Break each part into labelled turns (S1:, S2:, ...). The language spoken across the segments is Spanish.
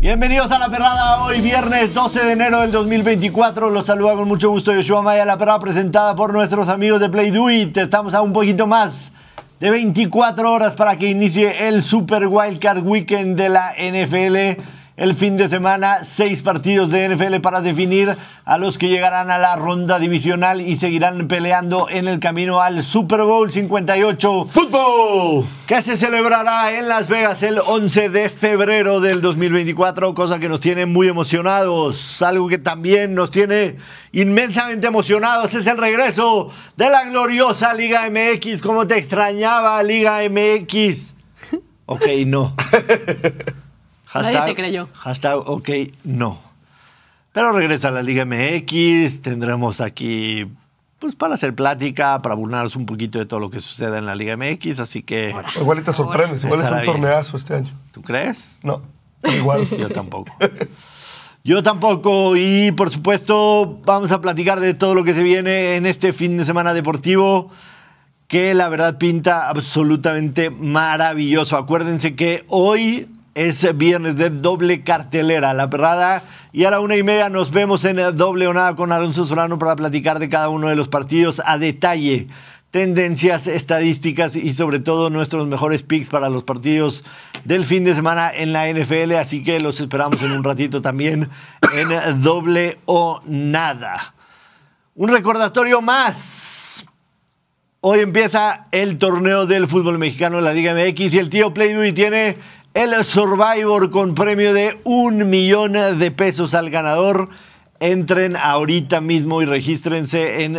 S1: Bienvenidos a La Perrada, hoy viernes 12 de enero del 2024. Los saluda con mucho gusto Yoshua Maya, La Perrada presentada por nuestros amigos de Play Do It. Estamos a un poquito más de 24 horas para que inicie el Super Wildcard Weekend de la NFL. El fin de semana, seis partidos de NFL para definir a los que llegarán a la ronda divisional y seguirán peleando en el camino al Super Bowl 58.
S2: ¡Fútbol!
S1: que se celebrará en Las Vegas el 11 de febrero del 2024, cosa que nos tiene muy emocionados, algo que también nos tiene inmensamente emocionados, es el regreso de la gloriosa Liga MX, como te extrañaba Liga MX. Ok, no.
S3: te creyó.
S1: Hashtag, ok, no. Pero regresa a la Liga MX, tendremos aquí... Pues para hacer plática, para burlarnos un poquito de todo lo que suceda en la Liga MX, así que...
S2: Igual y te sorprendes, igual es
S1: Estará
S2: un
S1: bien.
S2: torneazo este año.
S1: ¿Tú crees?
S2: No, igual.
S1: Yo tampoco. Yo tampoco. Y por supuesto, vamos a platicar de todo lo que se viene en este fin de semana deportivo, que la verdad pinta absolutamente maravilloso. Acuérdense que hoy es viernes de doble cartelera, la perrada. Y a la una y media nos vemos en Doble o Nada con Alonso Solano para platicar de cada uno de los partidos a detalle. Tendencias, estadísticas y sobre todo nuestros mejores picks para los partidos del fin de semana en la NFL. Así que los esperamos en un ratito también en Doble o Nada. Un recordatorio más. Hoy empieza el torneo del fútbol mexicano en la Liga MX y el tío Playboy tiene el Survivor con premio de un millón de pesos al ganador. Entren ahorita mismo y regístrense en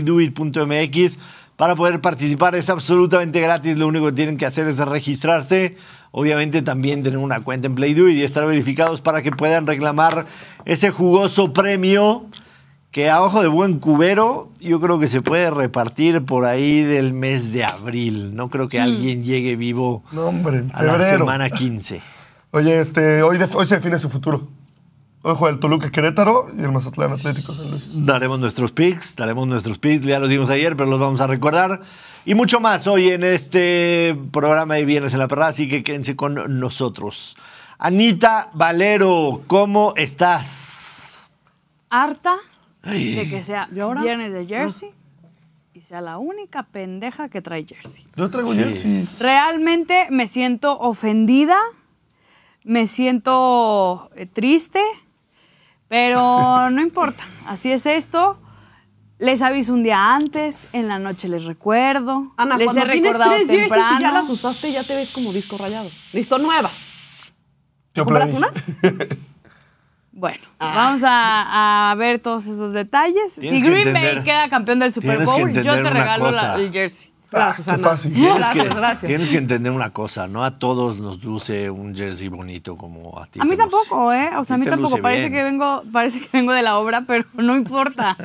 S1: survivorplayduit.mx para poder participar. Es absolutamente gratis. Lo único que tienen que hacer es registrarse. Obviamente también tener una cuenta en Playduit y estar verificados para que puedan reclamar ese jugoso premio que a ojo de buen cubero yo creo que se puede repartir por ahí del mes de abril. No creo que alguien llegue vivo
S2: No, hombre, en
S1: a la
S2: febrero.
S1: semana 15.
S2: Oye, este, hoy, def- hoy se define su futuro. Hoy juega el Toluca Querétaro y el Mazatlán Atlético San Luis.
S1: Daremos nuestros picks, daremos nuestros picks, ya los dimos ayer, pero los vamos a recordar. Y mucho más hoy en este programa de Viernes en la Perrada, así que quédense con nosotros. Anita Valero, ¿cómo estás?
S4: harta
S1: Ay.
S4: de que sea
S3: ¿Y ahora? Ah.
S4: viernes de jersey y sea la única pendeja que trae jersey.
S2: Yo traigo jersey.
S4: Realmente me siento ofendida, me siento eh, triste, pero no importa. Así es esto. Les aviso un día antes, en la noche les recuerdo,
S3: Ana,
S4: les he
S3: cuando tienes
S4: recordado
S3: tres jerseys
S4: temprano.
S3: y ya las usaste, ya te ves como disco rayado. Listo, nuevas.
S2: Yo
S3: ¿Compras
S2: planeé.
S3: una?
S4: Bueno, vamos a, a ver todos esos detalles.
S1: Ah. Tienes
S4: si
S1: que
S4: Green Bay
S1: entender-
S4: queda campeón del Super
S1: tienes que
S4: Bowl, yo
S1: entender
S4: te
S1: una
S4: regalo la-
S1: cosa.
S4: el jersey.
S2: Ah,
S3: Gracias,
S2: qué
S3: Ana.
S2: fácil.
S1: Tienes que,
S3: Gracias, gracias.
S1: tienes que entender una cosa, no a todos nos luce un jersey bonito como a ti.
S4: A
S1: te
S4: mí
S1: luce.
S4: tampoco, ¿eh? O sea, a mí
S1: Sí te luce
S4: tampoco. Parece
S1: bien.
S4: que, vengo, parece que vengo de la obra, pero no importa.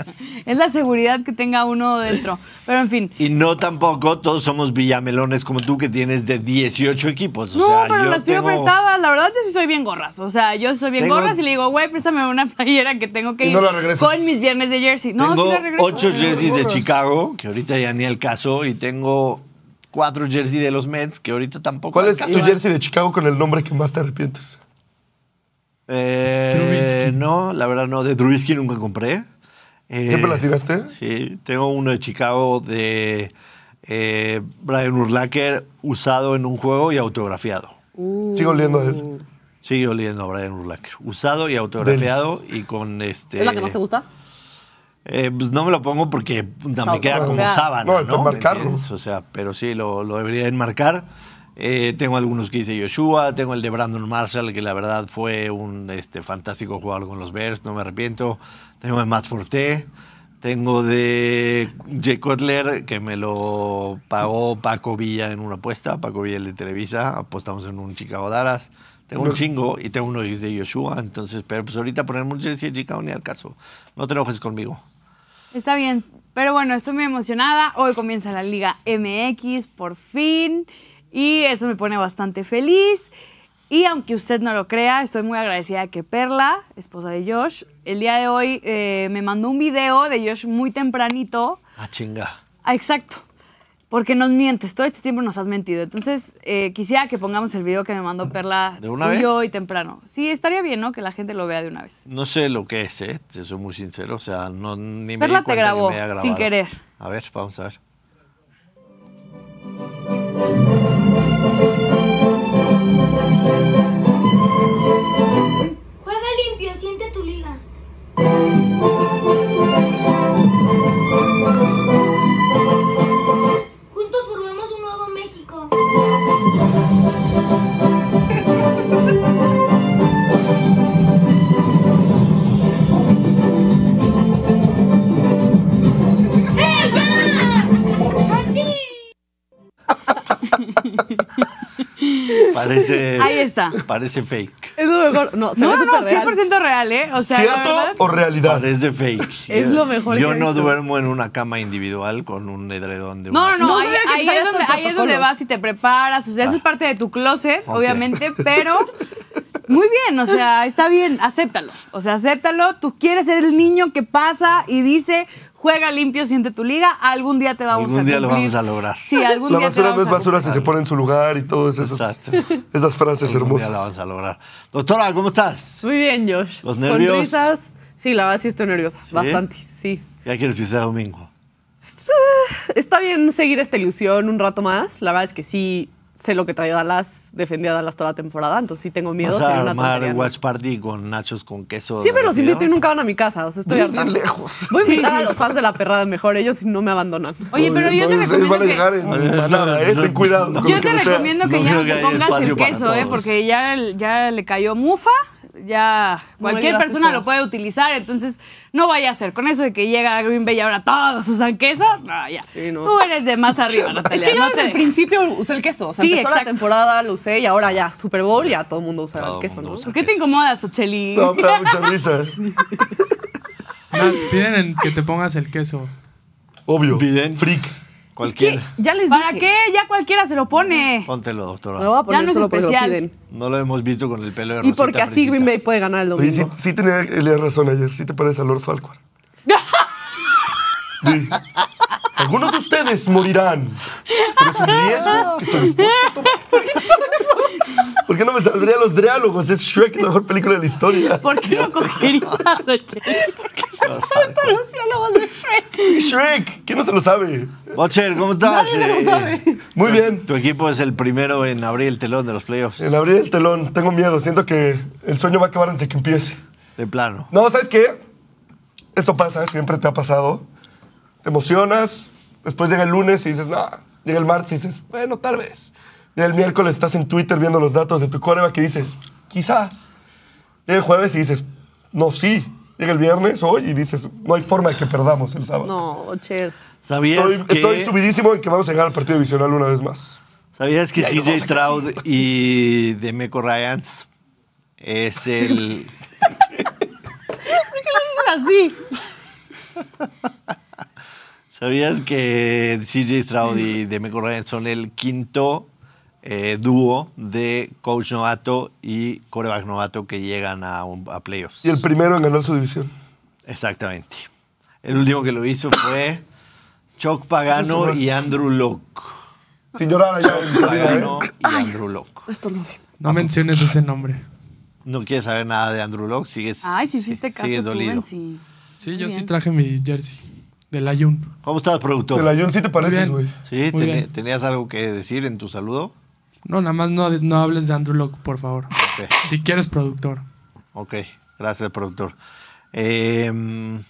S4: es la seguridad que tenga uno dentro. Pero en fin.
S1: Y no tampoco todos somos villamelones como tú que tienes de 18 equipos. O
S4: No,
S1: sea,
S4: pero
S1: yo
S4: las pido
S1: tengo-
S4: prestadas. La verdad, yo sí soy bien gorras. O sea, yo soy bien
S1: Tengo-
S4: gorras y le digo, güey, préstame una playera que tengo que
S2: Y
S4: ir
S2: no la regresas.
S4: con mis viernes de jersey. No,
S1: tengo
S4: sí la regreso.
S1: ocho jerseys de
S2: Burros.
S1: Chicago, que ahorita ya ni al caso, y tengo cuatro jerseys de los Mets, que ahorita tampoco
S2: ¿Cuál
S1: al
S2: es
S1: caso.
S2: tu jersey de Chicago con el nombre que más te arrepientes?
S1: Eh,
S2: Trubisky.
S1: no, la verdad no, de Trubisky nunca compré. Eh,
S2: ¿Siempre la tiraste?
S1: Sí, tengo uno de Chicago de eh, Brian Urlacher usado en un juego y autografiado.
S2: Sigo oliendo a
S3: Uh.
S2: él.
S1: Sigue oliendo a Brian Urlacher. Usado y autografiado y con este...
S3: ¿Es la que más te gusta?
S1: Eh, pues no me lo pongo porque puta, me
S3: Está
S1: queda como
S3: autografiado.
S1: sábana,
S2: No,
S1: ¿no?
S2: hay que enmarcarlo.
S1: ¿Me entiendes? O sea, pero sí, lo, lo debería enmarcar. Eh, tengo algunos que hice Joshua, tengo el de Brandon Marshall, que la verdad fue un este, fantástico jugador con los Bears, no me arrepiento. Tengo de Matt Forte, tengo de Jay Cutler, que me lo pagó Paco Villa en una apuesta, Paco Villa el de Televisa, apostamos en un Chicago Dallas. Tengo un chingo y tengo uno que hice Joshua, entonces, pero pues ahorita ponerme un jersey de Chicago ni al caso. No te enojes conmigo.
S4: Está bien. Pero bueno, estoy muy emocionada. Hoy comienza la Liga MX, por fin. Y eso me pone bastante feliz. Y aunque usted no lo crea, estoy muy agradecida que Perla, esposa de Josh, el día de hoy eh, me mandó un video de Josh muy tempranito.
S1: Ah, chinga.
S4: Ah, exacto. Porque nos mientes, todo este tiempo nos has mentido. Entonces, eh, quisiera que pongamos el video que me mandó Perla
S1: ¿De una
S4: tuyo
S1: vez?
S4: y temprano. Sí, estaría bien, ¿no? Que la gente lo vea de una vez.
S1: No sé lo que es, ¿eh? Te soy muy sincero. O sea, no, ni me
S4: Perla
S1: di
S4: te
S1: cuenta que
S4: grabó,
S1: me había
S4: sin
S1: grabado.
S4: querer.
S1: A ver, vamos a ver.
S5: Juega limpio, siente tu liga. Juntos formamos un nuevo México. ¡Ella! ¡Martín!
S1: Parece.
S4: Ahí está.
S1: Parece fake.
S3: Es lo mejor. No, se
S4: No,
S3: ve
S4: no, no,
S3: súper real.
S4: 100% real, ¿eh? O sea, la
S2: ¿Cierto
S4: verdad-
S2: o realidad?
S1: Parece fake.
S3: Es lo mejor
S1: Yo
S3: que he
S1: no
S3: visto.
S1: duermo en una cama individual con un edredón de
S4: No,
S1: una-
S4: no, no,
S3: No
S4: ahí,
S3: sabía que
S4: ahí
S3: sabías
S4: es donde,
S3: todo el
S4: ahí es donde
S3: protocolo.
S4: vas y te preparas, o sea,
S2: Ah.
S4: eso es parte de tu closet,
S1: Ok.
S4: obviamente, pero muy bien, o sea, está bien, acéptalo, o sea, acéptalo, tú quieres ser el niño que pasa y dice, juega limpio, siente tu liga, algún día te vamos a
S1: Algún día lo
S4: cumplir".
S1: vamos a lograr.
S4: Sí, algún
S2: La
S4: día te
S2: basura no
S4: vamos
S2: es
S4: a
S2: basura si se pone en su lugar y todas esas,
S1: Exacto.
S2: esas frases
S1: Algún día
S2: hermosas.
S1: lo vamos a lograr. Doctora, ¿cómo estás?
S3: Muy bien, Josh.
S1: Los nervios.
S3: Con risas. Sí, la verdad sí estoy nerviosa.
S1: ¿Sí?
S3: Bastante, sí.
S1: Ya quieres que sea domingo.
S3: Está bien seguir esta ilusión un rato más. La verdad es que sí sé lo que trae Dallas. Defendí a Dallas toda la temporada, entonces sí tengo miedo.
S1: Vas
S3: sería
S1: a
S3: una
S1: armar
S3: tontería, ¿no?
S1: watch party con nachos con queso.
S3: Siempre los
S1: derretido?
S3: invito y nunca van a mi casa. O sea, estoy
S2: Bien
S3: harta.
S2: lejos.
S3: Voy a
S4: Sí,
S3: invitar a
S4: sí.
S3: los fans de la perrada mejor. Ellos no me abandonan.
S4: Oye, pero yo
S2: No,
S4: te
S2: ustedes
S4: recomiendo
S2: van a llegar
S4: que...
S2: en manada, ¿eh? Ten cuidado. con lo
S4: Yo
S2: que
S4: te
S2: deseas.
S4: recomiendo que
S1: No
S4: ya
S1: creo
S4: no
S1: que
S4: te
S1: haya
S4: pongas
S1: espacio
S4: el
S1: para
S4: queso, ¿eh?
S1: todos.
S4: Porque ya, ya le cayó mufa, ya
S3: No
S4: cualquier
S3: digas
S4: persona
S3: eso.
S4: lo puede utilizar, entonces no vaya a ser con eso de que llega a Green Bay y ahora todos usan queso, no, ya.
S3: Sí, no.
S4: Tú eres de más arriba,
S3: Es
S4: Natalia.
S3: que yo
S4: no
S3: desde el
S4: te dejes.
S3: principio usé el queso. O sea,
S4: Sí,
S3: empezó
S4: exacto.
S3: la temporada, lo usé y ahora ya Super Bowl ya todo el mundo usa
S1: Todo
S3: el queso,
S1: mundo
S3: ¿no?
S1: usa.
S4: ¿Por qué te incomodas, Ocheli?
S2: No, me da mucha risa. eh.
S6: No, piden en- que te pongas el queso.
S2: Obvio.
S1: Piden.
S2: Freaks.
S3: Es que
S1: Cualquiera.
S3: ya les
S4: ¿Para
S3: dije.
S4: qué? Ya cualquiera se lo pone.
S1: Póntelo, doctora.
S3: Me lo voy a poner
S4: Ya no es
S3: solo porque lo
S4: especial.
S3: piden.
S1: No lo hemos visto con el pelo de
S3: Y
S1: Rosita
S3: porque así
S1: Fresita.
S3: Green Bay puede ganar el
S2: Oye, sí,
S3: domingo.
S2: sí tenía Elia razón ayer. Sí te parece a Lord Falcor. Sí. Algunos de ustedes morirán. Pero es un riesgo que estoy dispuesto a tomar. ¿Por qué no me saldría los diálogos? Es Shrek, la mejor película de la historia.
S4: ¿Por qué lo cogerías, Ocheli?
S3: los diálogos de Shrek.
S2: Shrek, ¿quién no se lo sabe?
S1: Bocher, ¿cómo estás?
S3: Nadie se lo sabe.
S2: Muy bien.
S1: Tu equipo es el primero en abrir el telón de los playoffs.
S2: En abrir el telón, tengo miedo. Siento que el sueño va a acabar antes de que empiece.
S1: De plano.
S2: No, ¿sabes qué? Esto pasa, siempre te ha pasado. Te emocionas, después llega el lunes y dices, no. Llega el martes y dices, bueno, tal vez. Llega el miércoles, estás en Twitter viendo los datos de tu coreba que dices, quizás. Llega el jueves y dices, no, sí. Llega el viernes hoy y dices, no hay forma de que perdamos el sábado.
S3: No, Cher.
S1: ¿Sabías
S2: Estoy,
S1: que,
S2: estoy subidísimo en que vamos a llegar al partido divisional una vez más.
S1: ¿sabías que
S2: Ya, ahí
S1: CJ
S2: vamos a
S1: Stroud y Demeco Ryans es el.
S3: Así.
S1: ¿Sabías que CJ Stroud y Demeco Ryans son el quinto eh, dúo de coach novato y coreback novato que llegan a, un- a playoffs?
S2: Y el primero en ganar su división.
S1: Exactamente. El último que lo hizo fue Chuck Pagano y Andrew Locke.
S2: Sin llorar allá. ¿eh?
S1: Pagano y Andrew Locke.
S3: Esto no sé.
S1: Ah,
S6: No menciones
S1: pues.
S6: ese nombre.
S1: No quieres saber nada de Andrew Locke, sigues.
S4: Ay, si hiciste caso
S1: sigues
S4: tú,
S1: dolido.
S4: Benzi.
S6: Sí, yo sí
S4: bien.
S6: traje mi jersey del Ayun.
S1: ¿Cómo estás,
S2: De
S1: productor?
S2: la Jun sí te pareces,
S6: bien.
S2: güey.
S1: Sí,
S6: Muy
S1: teni-
S6: bien.
S1: tenías algo que decir en tu saludo.
S6: No, nada más no, no hables de Andrew Locke, por favor.
S1: Ok,
S6: Si quieres, productor.
S1: ok. gracias, productor. Em,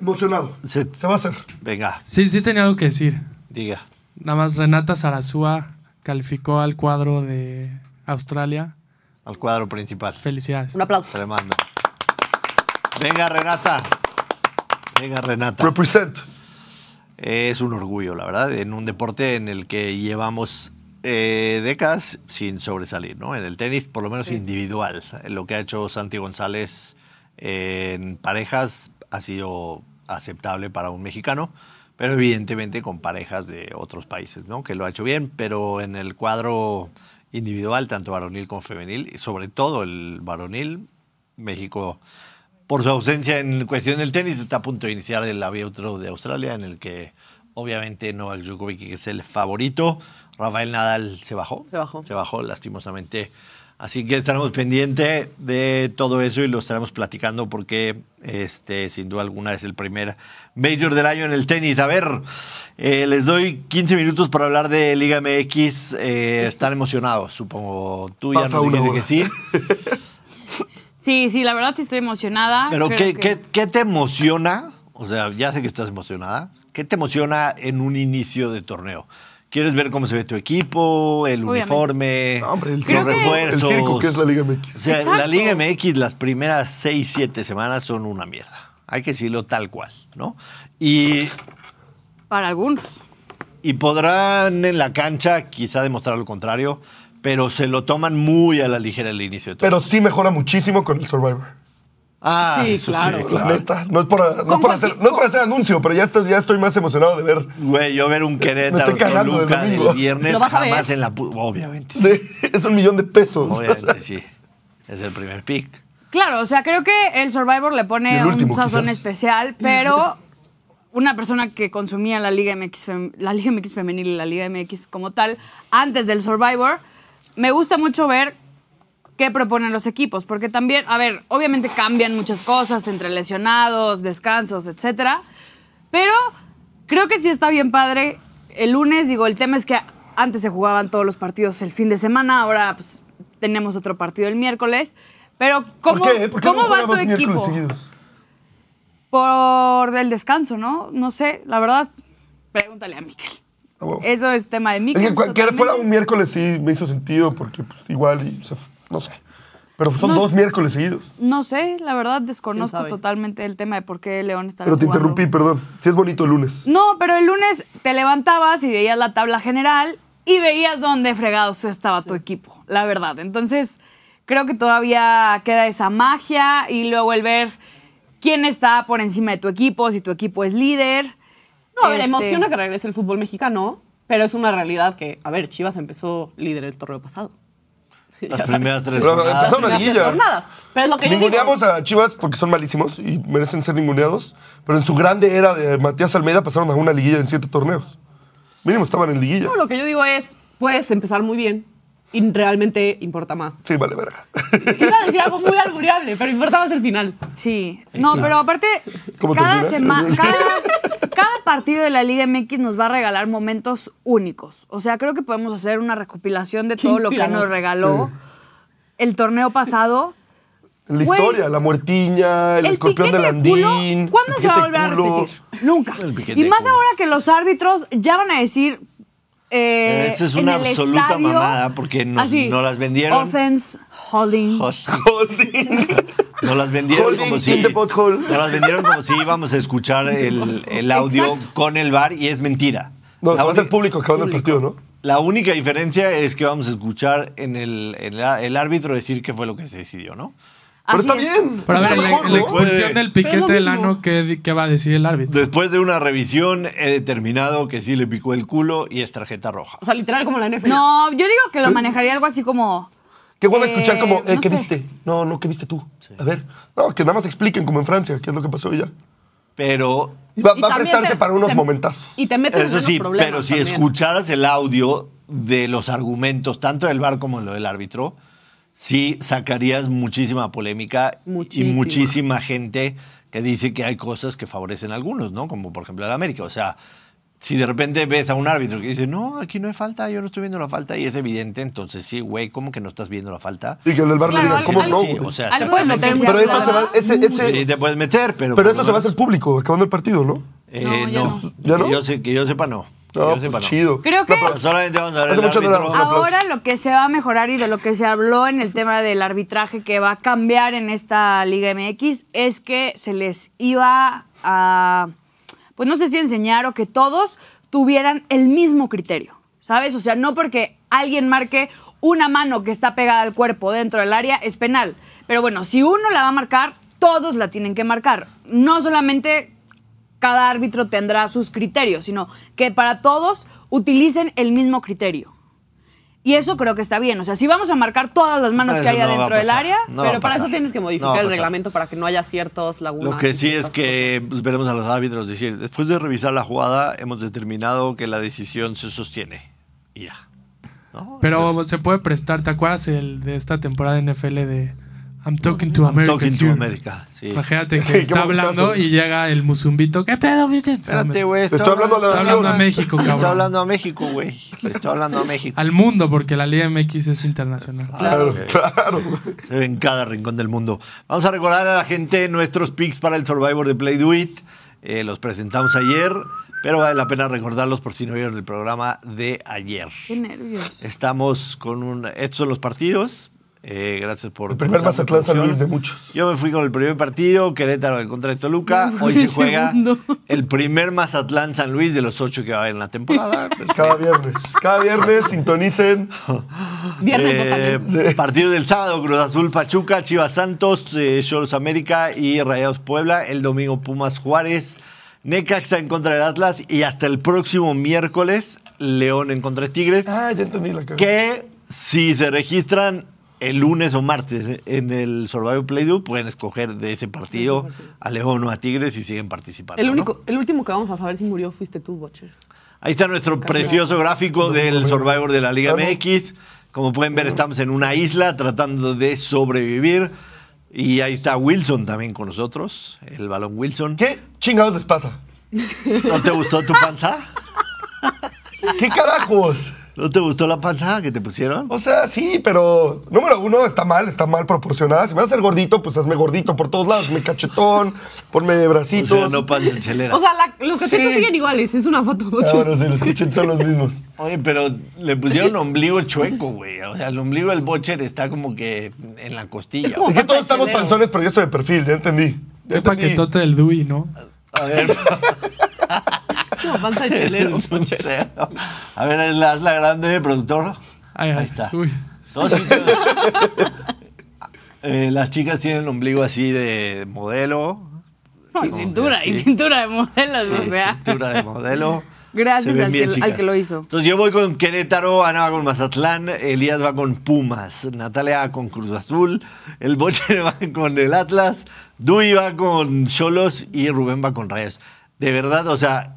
S2: Emocionado.
S1: se-
S2: Se va a hacer.
S1: venga,
S6: Sí, sí tenía algo que decir.
S1: diga.
S6: Nada más Renata Sarazúa calificó al cuadro de Australia.
S1: Al cuadro principal.
S6: Felicidades.
S3: Un aplauso.
S1: Se le mando. Venga, Renata. Venga, Renata.
S2: Represent.
S1: Es un orgullo, la verdad, en un deporte en el que llevamos eh, décadas sin sobresalir, ¿no? En el tenis, por lo menos individual. Lo que ha hecho Santi González en parejas ha sido aceptable para un mexicano, pero evidentemente con parejas de otros países, ¿no? Que lo ha hecho bien, pero en el cuadro individual, tanto varonil como femenil, y sobre todo el varonil, México por su ausencia en cuestión del tenis, está a punto de iniciar el abierto de Australia, en el que Obviamente Novak Djokovic que es el favorito. Rafael Nadal se bajó.
S3: Se bajó.
S1: Se bajó, lastimosamente. Así que estaremos pendientes de todo eso y lo estaremos platicando porque este, sin duda alguna es el primer Major del año en el tenis. A ver, eh, les doy 15 minutos para hablar de Liga MX. Eh, están emocionados, supongo. Tú ya
S2: Pasa
S1: nos
S2: una
S1: dijiste que
S2: hora.
S1: sí.
S4: Sí, sí, la verdad sí estoy emocionada.
S1: Pero
S4: Creo
S1: ¿qué,
S4: que-
S1: qué- qué te emociona? O sea, ya sé que estás emocionada. ¿Qué te emociona en un inicio de torneo? ¿Quieres ver cómo se ve tu equipo, el
S4: Obviamente.
S1: uniforme,
S2: No, hombre, el
S1: los
S2: circo, el
S1: refuerzos?
S2: circo que es la Liga MX.
S1: O sea, la
S4: Exacto.
S1: Liga MX las primeras 6, 7 semanas son una mierda. Hay que decirlo tal cual, ¿no? Y,
S4: Para algunos.
S1: y podrán en la cancha quizá demostrar lo contrario, pero se lo toman muy a la ligera el inicio de torneo.
S2: Pero sí mejora muchísimo con el Survivor.
S1: ah,
S3: Sí,
S1: eso
S3: claro.
S1: sí,
S2: La neta. No es por, no es
S3: Con
S2: por hacer,
S3: cualquier-
S2: no es por hacer anuncio, pero ya estoy, ya estoy más emocionado de ver.
S1: Güey, yo ver un Querétaro
S2: cagando del
S1: Toluca del
S2: domingo.
S1: viernes
S3: ¿Lo vas a
S1: jamás
S3: ver?
S1: en la pu- obviamente. sí,
S2: Sí, es un millón de pesos.
S1: Obviamente sí. Es el primer pick.
S4: Claro, o sea, creo que el Survivor le
S2: Y
S4: pone
S2: el último,
S4: un sazón
S2: quizás.
S4: especial, pero una persona que consumía la Liga MX, fem- la Liga MX femenil y la Liga MX como tal antes del Survivor, me gusta mucho ver qué proponen los equipos, porque también, a ver, obviamente cambian muchas cosas entre lesionados, descansos, etcétera, pero creo que sí está bien padre el lunes, digo, el tema es que antes se jugaban todos los partidos el fin de semana, ahora pues, tenemos otro partido el miércoles, pero ¿cómo,
S2: ¿Por qué? eh? ¿Por qué
S4: cómo
S2: no juega
S4: va tu
S2: dos miércoles
S4: equipo?
S2: seguidos?
S4: Por el descanso, ¿no? No sé, la verdad, pregúntale a Miquel.
S2: Ah, huevo. Es
S4: Eso es tema de Miquel.
S2: que cual- que
S4: totalmente.
S2: fuera un miércoles sí me hizo sentido porque pues, igual y se f- no sé. Pero son dos miércoles seguidos.
S4: No sé, la verdad
S3: ¿Quién
S4: desconozco
S3: sabe?
S4: totalmente el tema de por qué León está
S2: Pero te interrumpí, perdón. Sí es bonito el lunes.
S4: No, pero el lunes te levantabas y veías la tabla general y veías dónde fregados estaba tu equipo, la verdad. Entonces, creo que todavía queda esa magia y luego el ver quién está por encima de tu equipo, si tu equipo es líder.
S3: No, a ver,
S4: Este,
S3: emociona que regrese el fútbol mexicano, pero es una realidad que, a ver, Chivas empezó líder el torneo pasado. Ya
S1: Las
S3: sabes,
S1: primeras tres
S2: Pero
S1: jornadas.
S2: empezó una
S3: las tres
S2: liguilla.
S3: jornadas. Pero es lo que yo digo.
S2: Ninguneamos a Chivas porque son malísimos y merecen ser ninguneados. Pero en su grande era de Matías Almeida pasaron a una liguilla en siete torneos. Mínimo estaban en liguilla.
S3: No, lo que yo digo es, puedes empezar muy bien y realmente importa más.
S2: Sí, vale, verga.
S3: Iba a decir algo muy albureable, pero importa más el final.
S4: Sí, no, pero aparte,
S2: ¿Cómo
S4: cada,
S2: terminas?
S4: sema- cada, cada partido de la Liga MX nos va a regalar momentos únicos. O sea, creo que podemos hacer una recopilación de
S3: Qué
S4: todo lo que
S3: inspirador.
S4: nos regaló el torneo pasado.
S2: En la
S4: Güey,
S2: historia, la muertiña, el, escorpión de
S4: piquete
S2: Landín.
S4: culo, ¿Cuándo
S2: el
S4: se va a
S2: piquete
S4: volver a
S2: culo.
S4: repetir? Nunca.
S1: El piquete
S4: Y más
S1: culo.
S4: ahora que los árbitros ya van a decir. eh,
S1: Esa es una
S4: en el
S1: absoluta
S4: estadio,
S1: mamada, porque nos-
S4: así,
S1: no las vendieron.
S4: Offense, holding.
S1: Jos-
S2: Holding.
S1: No las vendieron
S2: Holding
S1: como
S2: in
S1: si.
S2: the pothole.
S1: No las vendieron como si íbamos a escuchar el, el audio con el bar y es mentira.
S2: No,
S1: La
S2: se va a hacer
S1: uni-
S2: público acabando el partido, ¿no?
S1: La única diferencia es que vamos a escuchar en el, en la- el árbitro decir qué fue lo que se decidió, ¿no?
S2: Pero
S4: Así
S2: está
S4: es.
S2: bien.
S6: Pero a ver,
S2: está
S6: la,
S2: mejor,
S6: la
S2: ¿no?
S6: expulsión del
S3: Pero es
S6: piquete
S3: lo
S6: del
S3: mismo.
S6: ano, ¿qué, di- qué va a decir el árbitro?
S1: Después de una revisión he determinado que sí le picó el culo y es tarjeta roja.
S3: O sea, literal como la NFL.
S4: No, yo digo que lo manejaría algo así como.
S2: Qué bueno
S4: Eh,
S2: escuchar como, eh,
S4: no
S2: ¿qué
S4: sé.
S2: viste? No, no, ¿qué viste tú? A ver. No, que nada más expliquen como en Francia, qué es lo que pasó y ya.
S1: Pero
S2: Y va,
S3: Y
S2: va a
S3: también
S2: prestarse
S3: te-
S2: para unos
S3: te-
S2: momentazos.
S3: Y te metes en
S1: Eso
S3: menos
S1: sí,
S3: problemas
S1: pero si
S3: también.
S1: escucharas el audio de los argumentos, tanto del VAR como lo del árbitro, sí sacarías muchísima polémica y
S3: Muchísima.
S1: muchísima gente que dice que hay cosas que favorecen a algunos, ¿no? Como por ejemplo el América. O sea, si de repente ves a un árbitro que dice, no, aquí no hay falta, yo no estoy viendo la falta, y es evidente, entonces sí, güey, ¿cómo que no estás viendo la falta?
S2: Y que el bar le
S4: Claro,
S2: diga,
S4: al-
S2: ¿cómo
S4: al-
S2: no?
S1: sí,
S2: güey?
S1: o sea,
S4: Algo
S1: se
S4: de
S1: puede
S4: lo
S1: meter,
S4: terciario,
S2: pero
S4: la
S2: eso se va,
S4: verdad.
S2: ese, ese-
S1: Sí, te puedes meter, pero...
S2: pero
S1: por lo
S2: eso se va a
S1: menos-
S2: hacer público acabando el partido, ¿no?
S1: Eh,
S4: No, ya
S1: no,
S4: no.
S2: ¿Ya no?
S1: Que yo, sé, que yo sepa no. Que
S2: No,
S1: yo sepa
S2: pues chido.
S4: Creo que-
S2: No,
S1: Solamente vamos a ver
S2: Hace
S1: el
S2: mucho no
S1: árbitro.
S2: damos- Un aplauso.
S4: Ahora lo que se va a mejorar y de lo que se habló en el tema del arbitraje que va a cambiar en esta Liga MX es que se les iba a, pues no sé si enseñar o que todos tuvieran el mismo criterio, ¿sabes? O sea, no porque alguien marque una mano que está pegada al cuerpo dentro del área es penal, pero bueno, si uno la va a marcar, todos la tienen que marcar, no solamente cada árbitro tendrá sus criterios, sino que para todos utilicen el mismo criterio. Y eso creo que está bien. O sea, si vamos a marcar todas las manos
S1: Ah, Eso
S4: que hay
S1: no va a
S4: adentro del
S1: pasar.
S4: área,
S1: No va
S3: Pero
S1: a
S3: para
S1: pasar.
S3: eso tienes que
S1: No
S3: modificar
S1: va a
S3: el
S1: pasar.
S3: reglamento para que no haya ciertos lagunas.
S1: Lo que sí
S3: y
S1: es
S3: ciertas
S1: que
S3: cosas.
S1: pues, veremos a los árbitros decir, después de revisar la jugada, hemos determinado que la decisión se sostiene. Y ya. ¿No? Eso
S6: Pero
S1: es-
S6: se puede prestar, ¿te acuerdas el de esta temporada de NFL de I'm talking to America?
S1: Talking to
S6: here"?
S1: America. Sí.
S6: Imagínate
S2: Sí,
S6: que
S2: qué
S6: está
S2: momentazo.
S6: hablando y llega el musumbito. ¿Qué pedo, bicho?
S1: Espérate, güey.
S2: Estoy
S1: está
S2: hablando a la
S1: está
S2: nación.
S6: hablando a México,
S1: Le
S6: cabrón.
S1: Está hablando a México, güey. Le está hablando a México.
S6: Al mundo, porque la Liga MX es
S1: Ah,
S6: internacional.
S2: Claro,
S1: Sí.
S2: claro.
S1: Se ve en cada rincón del mundo. Vamos a recordar a la gente nuestros picks para el Survivor de Play Do It. Eh, los presentamos ayer, pero vale la pena recordarlos por si no vieron el programa de ayer.
S4: qué nervios.
S1: Estamos con un. Estos son los partidos. Eh, gracias por.
S2: El primer
S1: por
S2: Mazatlán San
S1: tanto
S2: Luis de
S1: atención.
S2: muchos.
S1: Yo me fui con el primer partido, Querétaro en contra de Toluca. Hoy se
S4: el
S1: juega
S4: segundo.
S1: el primer Mazatlán San Luis de los ocho que va a haber en la temporada.
S2: Cada viernes. Cada viernes sintonicen.
S3: Viernes
S1: Eh,
S3: botanero.
S2: también. Sí.
S1: Partido del sábado, Cruz Azul Pachuca, Chivas Santos, eh, Cholos América y Rayados Puebla. El domingo Pumas Juárez, Necaxa en contra del Atlas y hasta el próximo miércoles León en contra de Tigres.
S2: Ah, ya entendí la cara.
S1: Que si se registran el lunes o martes en el Survivor Playdo, pueden escoger de ese partido a León o a Tigres y siguen participando.
S3: El,
S1: ¿no?
S3: único, el último que vamos a saber si murió fuiste tú, Butcher.
S1: Ahí está nuestro precioso gráfico del Survivor de la Liga MX. Como pueden ver, estamos en una isla tratando de sobrevivir. Y ahí está Wilson también con nosotros, el balón Wilson.
S2: ¿Qué chingados les pasa?
S1: ¿No te gustó tu panza?
S2: ¿Qué carajos?
S1: ¿No te gustó la panza que te pusieron?
S2: O sea, sí, pero número uno está mal, está mal proporcionada. Si me vas a hacer gordito, pues hazme gordito por todos lados. Me cachetón, ponme de
S1: O
S2: bracitos.
S1: sea, no panza chelera.
S3: O sea, la- los cachetes
S2: Sí.
S3: siguen iguales. Es una foto,
S2: Ah,
S3: Butcher.
S2: bueno, sí, los cachetes son los mismos.
S1: Oye, pero le pusieron ombligo chueco, güey. O sea, el ombligo del bocher está como que en la costilla.
S3: Es como-
S2: Es que todos
S3: Panza de
S2: estamos
S3: chelero.
S2: panzones, pero yo estoy de perfil, ya entendí. Ya
S6: Qué
S2: entendí.
S6: paquetote del Dui, ¿no?
S1: A ver,
S3: Es como panza de chelero.
S1: es un cero. A ver, haz la grande, productor.
S6: Ay, ay.
S1: Ahí está.
S6: Uy.
S1: Todos sitios. Eh, las chicas tienen el ombligo así de modelo.
S4: No, y
S1: Como
S4: cintura,
S1: que
S4: y
S1: sí.
S4: cintura de modelos,
S1: sí,
S4: o sea.
S1: cintura de modelo.
S4: Gracias
S1: Se ven
S4: al que-
S1: bien
S4: al
S1: chicas.
S4: que lo hizo.
S1: Entonces yo voy con Querétaro, Ana va con Mazatlán, Elías va con Pumas, Natalia va con Cruz Azul, el Boche va con el Atlas, Dui va con Cholos y Rubén va con Rayos. De verdad, o sea,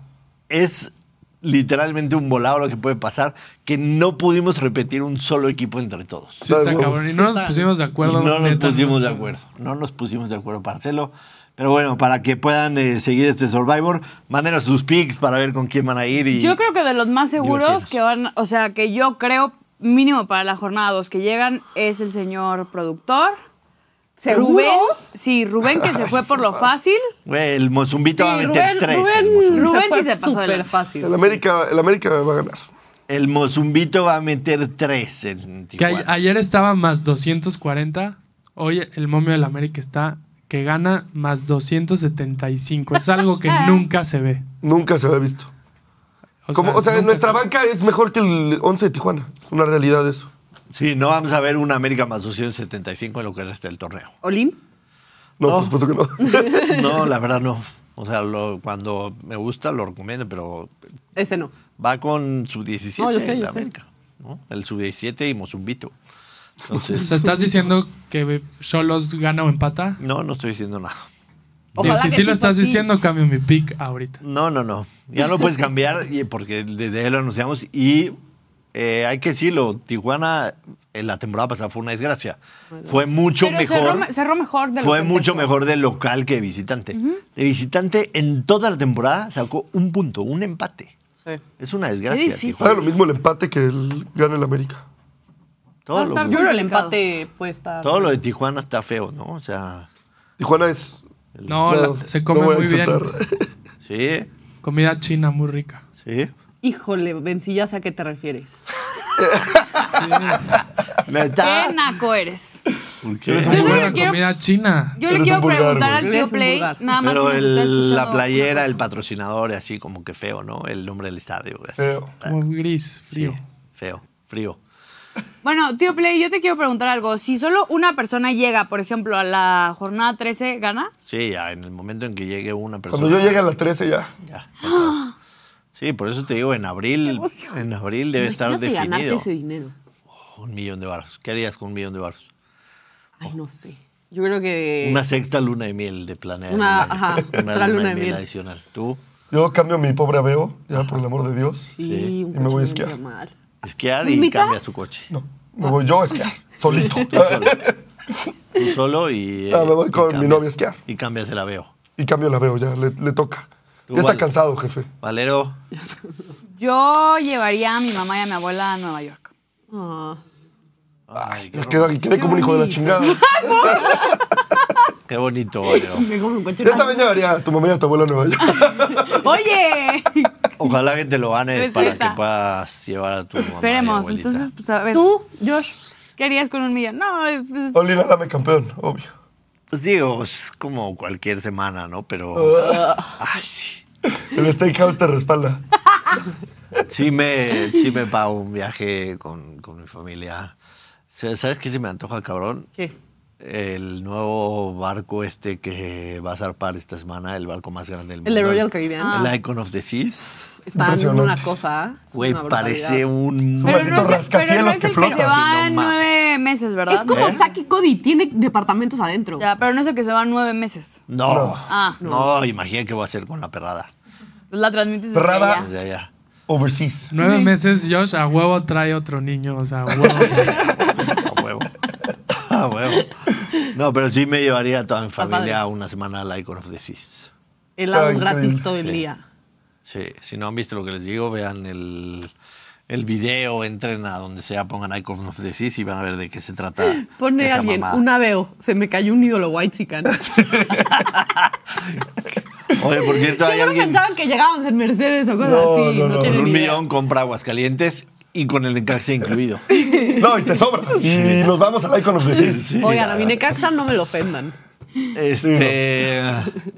S1: es literalmente un volado lo que puede pasar, que no pudimos repetir un solo equipo entre todos.
S6: Sí, está cabrón. Y no nos pusimos de acuerdo.
S1: Y no nos
S6: neta,
S1: pusimos
S6: no.
S1: de acuerdo. No nos pusimos de acuerdo para hacerlo. Pero bueno, para que puedan eh, seguir este Survivor, mándenos sus pics para ver con quién van a ir. Y
S4: Yo creo que de los más seguros
S1: divertidos.
S4: que van, o sea, que yo creo mínimo para la jornada dos que llegan es el señor productor.
S3: ¿Seguros?
S4: Rubén, sí, Rubén que se fue por lo fácil.
S1: Güey, el Mozumbito va a
S3: Sí,
S1: meter tres. el
S3: Rubén,
S1: Mozumbito.
S3: Rubén,
S4: Rubén
S3: fue
S4: sí se pasó de
S3: súper
S4: lanza.
S3: fácil.
S2: El América, el América va a ganar.
S1: El Mozumbito va a meter tres en
S6: Que
S1: Tijuana.
S6: a- ayer estaba más 240. Hoy el momio del América está que gana más 275. Es algo que
S3: Ah.
S6: nunca se ve.
S2: Nunca se había visto.
S6: O
S2: Como, o sea,
S6: nunca
S2: nuestra
S6: se-
S2: banca es mejor que el 11 de Tijuana. Es una realidad eso.
S1: Sí, no vamos a ver un América más 275 en lo que resta del torneo.
S3: ¿Olín?
S2: No,
S1: No.
S2: por supuesto que no.
S1: No, la verdad no. O sea, lo- cuando me gusta lo recomiendo, pero
S3: Ese no.
S1: va con sub-17
S3: No, yo sé,
S1: en
S3: yo
S1: la
S3: sé.
S1: América. ¿no? El sub-17 y Mozumbito.
S6: O
S1: Entonces,
S6: sea, estás diciendo que Solos gana o empata.
S1: no, no estoy diciendo nada.
S6: Digo,
S3: Ojalá
S6: si
S3: que
S6: sí lo
S3: sí,
S6: estás
S3: papi.
S6: diciendo, cambio mi pick ahorita.
S1: No, no, no. Ya lo puedes cambiar y- porque desde ahí lo anunciamos y eh, hay que decirlo, Tijuana en la temporada pasada fue una desgracia. Fue mucho
S4: Pero cerró
S1: mejor.
S4: me- cerró mejor de lo
S1: Fue
S4: que
S1: mucho
S4: empezó.
S1: mejor de local que de visitante. De visitante en toda la temporada sacó un punto, un empate.
S3: Sí.
S1: Es una desgracia.
S4: difícil.
S2: Sabe
S1: Tijuana.
S2: lo mismo el empate que el gana el América.
S1: Todo,
S4: Va a estar
S1: lo,
S3: Yo creo que el
S4: Complicado.
S3: empate puede estar.
S1: todo lo de Tijuana está feo, ¿no? O sea,
S2: Tijuana es.
S6: No, la- se come
S2: no voy a
S6: muy bien.
S2: insultar.
S1: sí,
S6: Comida china muy rica.
S1: sí.
S3: Híjole, Vencillas, ¿a qué te refieres?
S1: Neta.
S4: Qué naco eres.
S1: ¿Por qué?
S6: Es
S4: Yo
S6: muy
S4: solo
S6: buena
S4: quiero-
S6: comida china.
S4: Yo
S2: Eres
S4: le
S2: un
S4: quiero
S2: vulgar,
S4: preguntar
S2: güey.
S4: al
S3: Eres
S4: tío
S3: un
S4: Play,
S3: vulgar.
S4: nada más
S1: Pero
S4: si nos está
S1: el- la
S4: escuchando.
S1: playera, el patrocinador y así como que feo, ¿no? El nombre del estadio. así.
S2: Feo.
S6: Como
S4: Ah.
S6: gris,
S1: Sí,
S6: frío.
S1: feo, frío.
S4: Bueno, tío Play, yo te quiero preguntar algo. Si solo una persona llega, por ejemplo, a la jornada 13, ¿gana?
S1: Sí, ya en el momento en que llegue una persona.
S2: Cuando yo llegue a la 13 ya.
S1: ya, por favor. Sí, por eso te digo, en abril, en abril debe estar
S3: Imagínate ganarte
S1: definido.
S3: ese dinero.
S1: Un millón de baros. ¿Qué harías con un millón de baros?
S3: Ay, no sé. Yo creo que.
S1: Oh. Una sexta luna de miel de planeta.
S3: Eh, Una- ajá, otra luna de miel.
S1: adicional. ¿Tú?
S2: Yo cambio mi pobre aveo, ya por el amor de Dios.
S3: Sí,
S1: sí,
S3: un
S2: y me voy a
S3: coche
S2: esquiar.
S3: muy mal.
S1: Esquiar
S3: ¿Pues
S1: y
S3: mitad?
S1: cambia su coche.
S2: No, me voy yo a esquiar, solito.
S1: Tú solo. Tú solo y. eh,
S2: Ah, me voy
S1: y
S2: con mi
S1: cambias-
S2: novia a esquiar.
S1: Y cambias el aveo.
S2: y cambio el aveo, ya le, le toca.
S1: Tú,
S2: Ya está
S1: Vale.
S2: cansado, jefe.
S1: Valero,
S4: Yo llevaría a mi mamá y a mi abuela a Nueva York.
S3: Ah.
S1: Ay, qué,
S2: Ya quedé, quedé como un hijo de la chingada.
S1: qué bonito, Valero.
S3: Me compro un coche.
S2: Yo también llevaría a tu mamá y a tu abuela a Nueva York.
S4: Oye,
S1: Ojalá que te lo ganes para que
S4: Respeta.
S1: puedas llevar a tu mamá. y
S4: esperemos.
S1: abuelita.
S4: Entonces, pues a ver,
S3: ¿Tú, Josh?
S4: ¿qué harías con un millón? No, pues,
S2: Oli, lálame campeón, obvio.
S1: Pues digo, es como cualquier semana, ¿no? Pero. Ay, sí.
S2: El steakhouse te respalda.
S1: Sí me, sí me pago un viaje con, con mi familia. Se- ¿Sabes qué se me antoja, cabrón?
S3: ¿Qué?
S1: El nuevo barco este que va a zarpar esta semana, el barco más grande del mundo.
S3: El de Royal Caribbean.
S1: El Icon of the Seas.
S3: Está en
S2: Impresionante.
S3: una cosa. ¿ah? es
S1: Güey,
S3: una brutalidad.
S1: parece un...
S2: Pero maldito
S4: pero no, es, pero no
S2: rascacielos
S4: es
S2: que
S4: el que
S2: flota.
S4: se va
S1: Sí,
S4: en
S1: no mames.
S4: nueve meses, ¿verdad?
S3: Es como
S1: ¿Eh?
S3: Saki Cody, tiene departamentos adentro.
S4: Ya, pero no es el que se va en nueve meses.
S1: No, no,
S4: Ah.
S1: imagina qué voy a hacer con la perrada.
S4: Pues la transmites desde
S2: Perrada.
S4: allá.
S1: Desde allá.
S2: Overseas.
S6: Nueve meses, Josh, a huevo trae otro niño, o sea, a huevo.
S1: A huevo. A huevo. No, pero sí me llevaría a toda mi
S3: Está
S1: familia una semana al Icon of the Seas.
S3: Helados
S2: Ay,
S3: gratis
S2: increíble.
S3: todo el
S1: Sí.
S3: día.
S1: Sí, si no han visto lo que les digo, vean el, el video, entren a donde sea, pongan Icon of the Seas y van a ver de qué se trata.
S3: Pone
S1: esa
S3: alguien,
S1: mamada.
S3: un aveo. Se me cayó un ídolo white chican.
S1: Oye, por cierto, hay
S3: Seguro
S1: alguien
S3: pensaban que llegábamos en Mercedes o cosas
S2: No,
S3: así. No,
S2: no, no.
S1: con
S3: tienen
S1: un
S3: idea.
S1: millón compra Aguascalientes y con el encaje incluido.
S2: No, y te sobra. Y nos vamos al Icon of the Seas.
S1: Sí,
S3: Oigan,
S1: la
S3: a mi
S1: verdad.
S3: Necaxa no me lo ofendan.
S1: Este.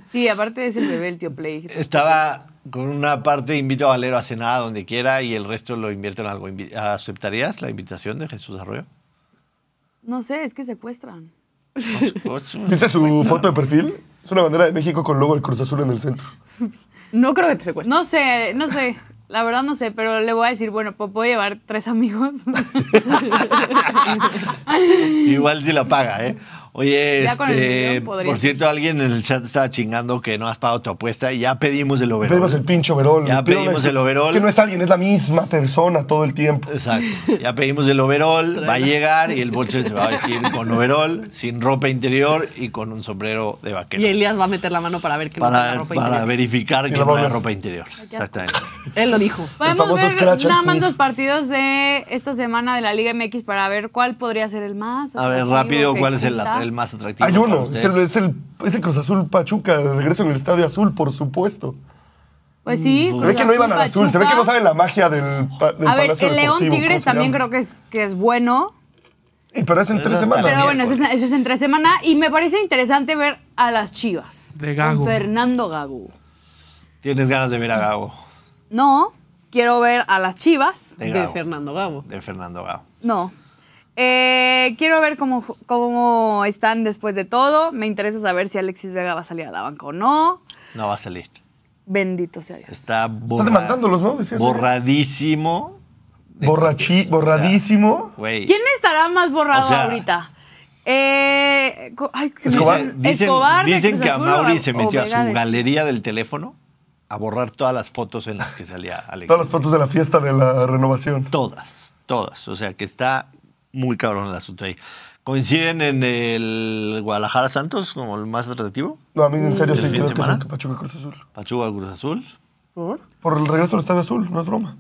S4: Sí, aparte es el bebé, el tío Play.
S1: Estaba con una parte, invito a Valero a cenar a donde quiera y el resto lo invierto en algo. Invi- ¿Aceptarías la invitación de Jesús Arroyo?
S4: No sé, es que secuestran.
S2: ¿Viste su foto de perfil? Es una bandera de México con logo del Cruz Azul en el centro.
S3: No creo que te secuestren.
S4: pues, No sé, no sé. La verdad no sé, pero le voy a decir, bueno, pues puedo llevar tres amigos.
S1: Igual si la paga, ¿eh? Oye,
S4: Ya con el
S1: este,
S4: millón podría
S1: por cierto, alguien en el chat estaba chingando que no has pagado tu apuesta y ya pedimos el overall.
S2: pedimos el pinche overol.
S1: Ya pedimos el overall.
S2: Es que no es alguien, es la misma persona todo el tiempo.
S1: Exacto. Ya pedimos el overall, va a llegar y el bocher se va a vestir con overall, sin ropa interior y con un sombrero de vaquero.
S3: Y Elías va a meter la mano para ver que no tenga
S1: para
S3: ropa
S1: para
S3: interior.
S1: verificar que
S2: la
S1: no
S2: va a
S1: hay
S2: ver.
S1: ropa interior. Exactamente.
S3: Él lo dijo.
S4: Podemos
S2: famoso
S4: ver
S2: scratch and
S4: nada más
S2: sniff.
S4: los partidos de esta semana de la Liga MX para ver cuál podría ser el más.
S1: A ver,
S4: atractivo
S1: rápido,
S4: que
S1: ¿cuál es el,
S4: exista.
S1: el más atractivo?
S2: Hay
S1: para
S2: uno, es
S1: ustedes?
S2: el, es, el, es el Cruz Azul Pachuca, de regreso en el Estadio Azul, por supuesto.
S4: Pues
S1: Mm,
S4: sí.
S2: Se ve que no iban al azul, se ve que no saben la magia del, pa- del
S4: A ver,
S2: Palacio
S4: el León
S2: Deportivo, ¿cómo
S4: Tigres
S2: se
S4: también
S2: llama?
S4: creo que es, que es bueno.
S2: Sí, pero es en
S1: Pero
S2: tres
S1: es hasta
S2: semanas.
S4: Pero bueno, ese es,
S1: miércoles.
S4: ese es entre semana y me parece interesante ver a las chivas.
S6: De Gago.
S4: Con Fernando Gago.
S1: Tienes ganas de ver a Gago,
S4: No, quiero ver a las chivas.
S1: de,
S3: De
S1: Gago,
S3: Fernando Gabo.
S1: de Fernando Gago.
S4: No. Eh, quiero ver cómo, ju- cómo están después de todo. Me interesa saber si Alexis Vega va a salir a la banca o no.
S1: No va a salir.
S4: Bendito sea Dios.
S1: Está borra-
S2: demandándolos, ¿no? Decías ayer.
S1: borradísimo. de-
S2: Borrachi, borradísimo.
S1: Güey.
S4: ¿Quién estará más borrado
S1: O sea-
S4: ahorita? Eh, co- ay, se me
S2: Escobar.
S4: hizo-
S1: Dicen, dicen-
S4: Escobar de
S1: dicen
S4: Cruz
S1: que a
S4: Azul
S1: Mauri
S4: o-
S1: se
S4: o
S1: metió a
S4: Vega de
S1: su
S4: Chivas.
S1: galería del teléfono a borrar todas las fotos en las que salía Alex.
S2: Todas las fotos de la fiesta de la renovación.
S1: Todas, todas. O sea que está muy cabrón el asunto ahí. ¿Coinciden en el Guadalajara Santos como el más atractivo?
S2: No, a mí en serio
S1: ¿El
S2: sí
S1: fin de
S2: creo que es
S1: semana?
S2: el Pachuca Cruz Azul.
S1: Pachuca Cruz Azul.
S2: Por el regreso al Estadio Azul, no es broma.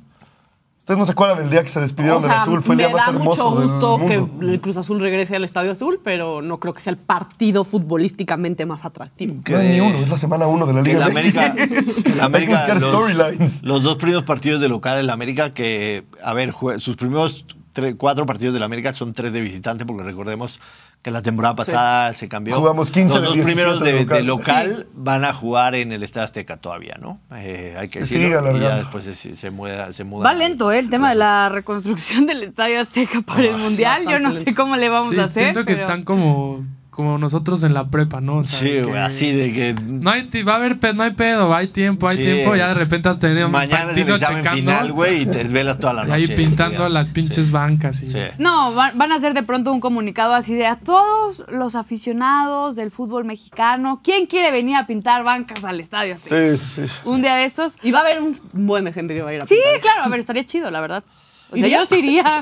S2: Ustedes no se acuerdan del día que se despidieron
S3: O sea,
S2: del Azul, fue el
S3: me
S2: día más
S3: da mucho
S2: hermoso del
S3: gusto que
S2: mundo.
S3: el Cruz Azul regrese al Estadio Azul, pero no creo que sea el partido futbolísticamente más atractivo.
S1: Que-
S2: No hay ni uno, es la semana uno de la
S1: Que
S2: Liga
S1: el
S2: MX.
S1: América, que el
S2: Hay que
S1: América
S2: buscar
S1: los,
S2: storylines.
S1: los dos primeros partidos de local en la América que, a ver, jue- sus primeros tre- cuatro partidos de la América son tres de visitante, porque recordemos que la temporada pasada se cambió.
S2: Jugamos 15
S1: Los
S2: de
S1: dos
S2: 17
S1: primeros de,
S2: de
S1: de
S2: local.
S1: local van a jugar en el Estadio Azteca todavía, ¿no? Eh, hay que
S2: Se
S1: decirlo.
S2: sigue
S1: y ya
S2: alargando.
S1: después se, se muda, se muda.
S4: Va lento, ¿eh? El tema de la reconstrucción del Estadio Azteca para el Mundial. Yo no sé cómo le vamos
S6: Sí,
S4: a hacer.
S6: siento que
S4: pero-
S6: están como como nosotros en la prepa, ¿no? O sea,
S1: Sí,
S6: de que-
S1: güey, así de que.
S6: No hay, ti- va a haber pedo, no hay pedo, hay tiempo, hay
S1: Sí.
S6: tiempo. Ya de repente has tenido un
S1: Mañana es el
S6: partido
S1: examen
S6: checando,
S1: final, güey, y te desvelas toda la
S6: y
S1: noche.
S6: Ahí pintando las pinches
S1: Sí,
S6: bancas. Y,
S1: sí.
S4: No, va- van a hacer de pronto un comunicado así de a todos los aficionados del fútbol mexicano. ¿Quién quiere venir a pintar bancas al estadio? Azteca?
S2: Sí, sí, sí.
S4: Un día de estos.
S3: Y va a haber un buen de gente que va a ir a
S4: Sí,
S3: pintar.
S4: claro, a ver, estaría chido, la verdad. O sea,
S3: ¿Irías?
S4: yo sí iría.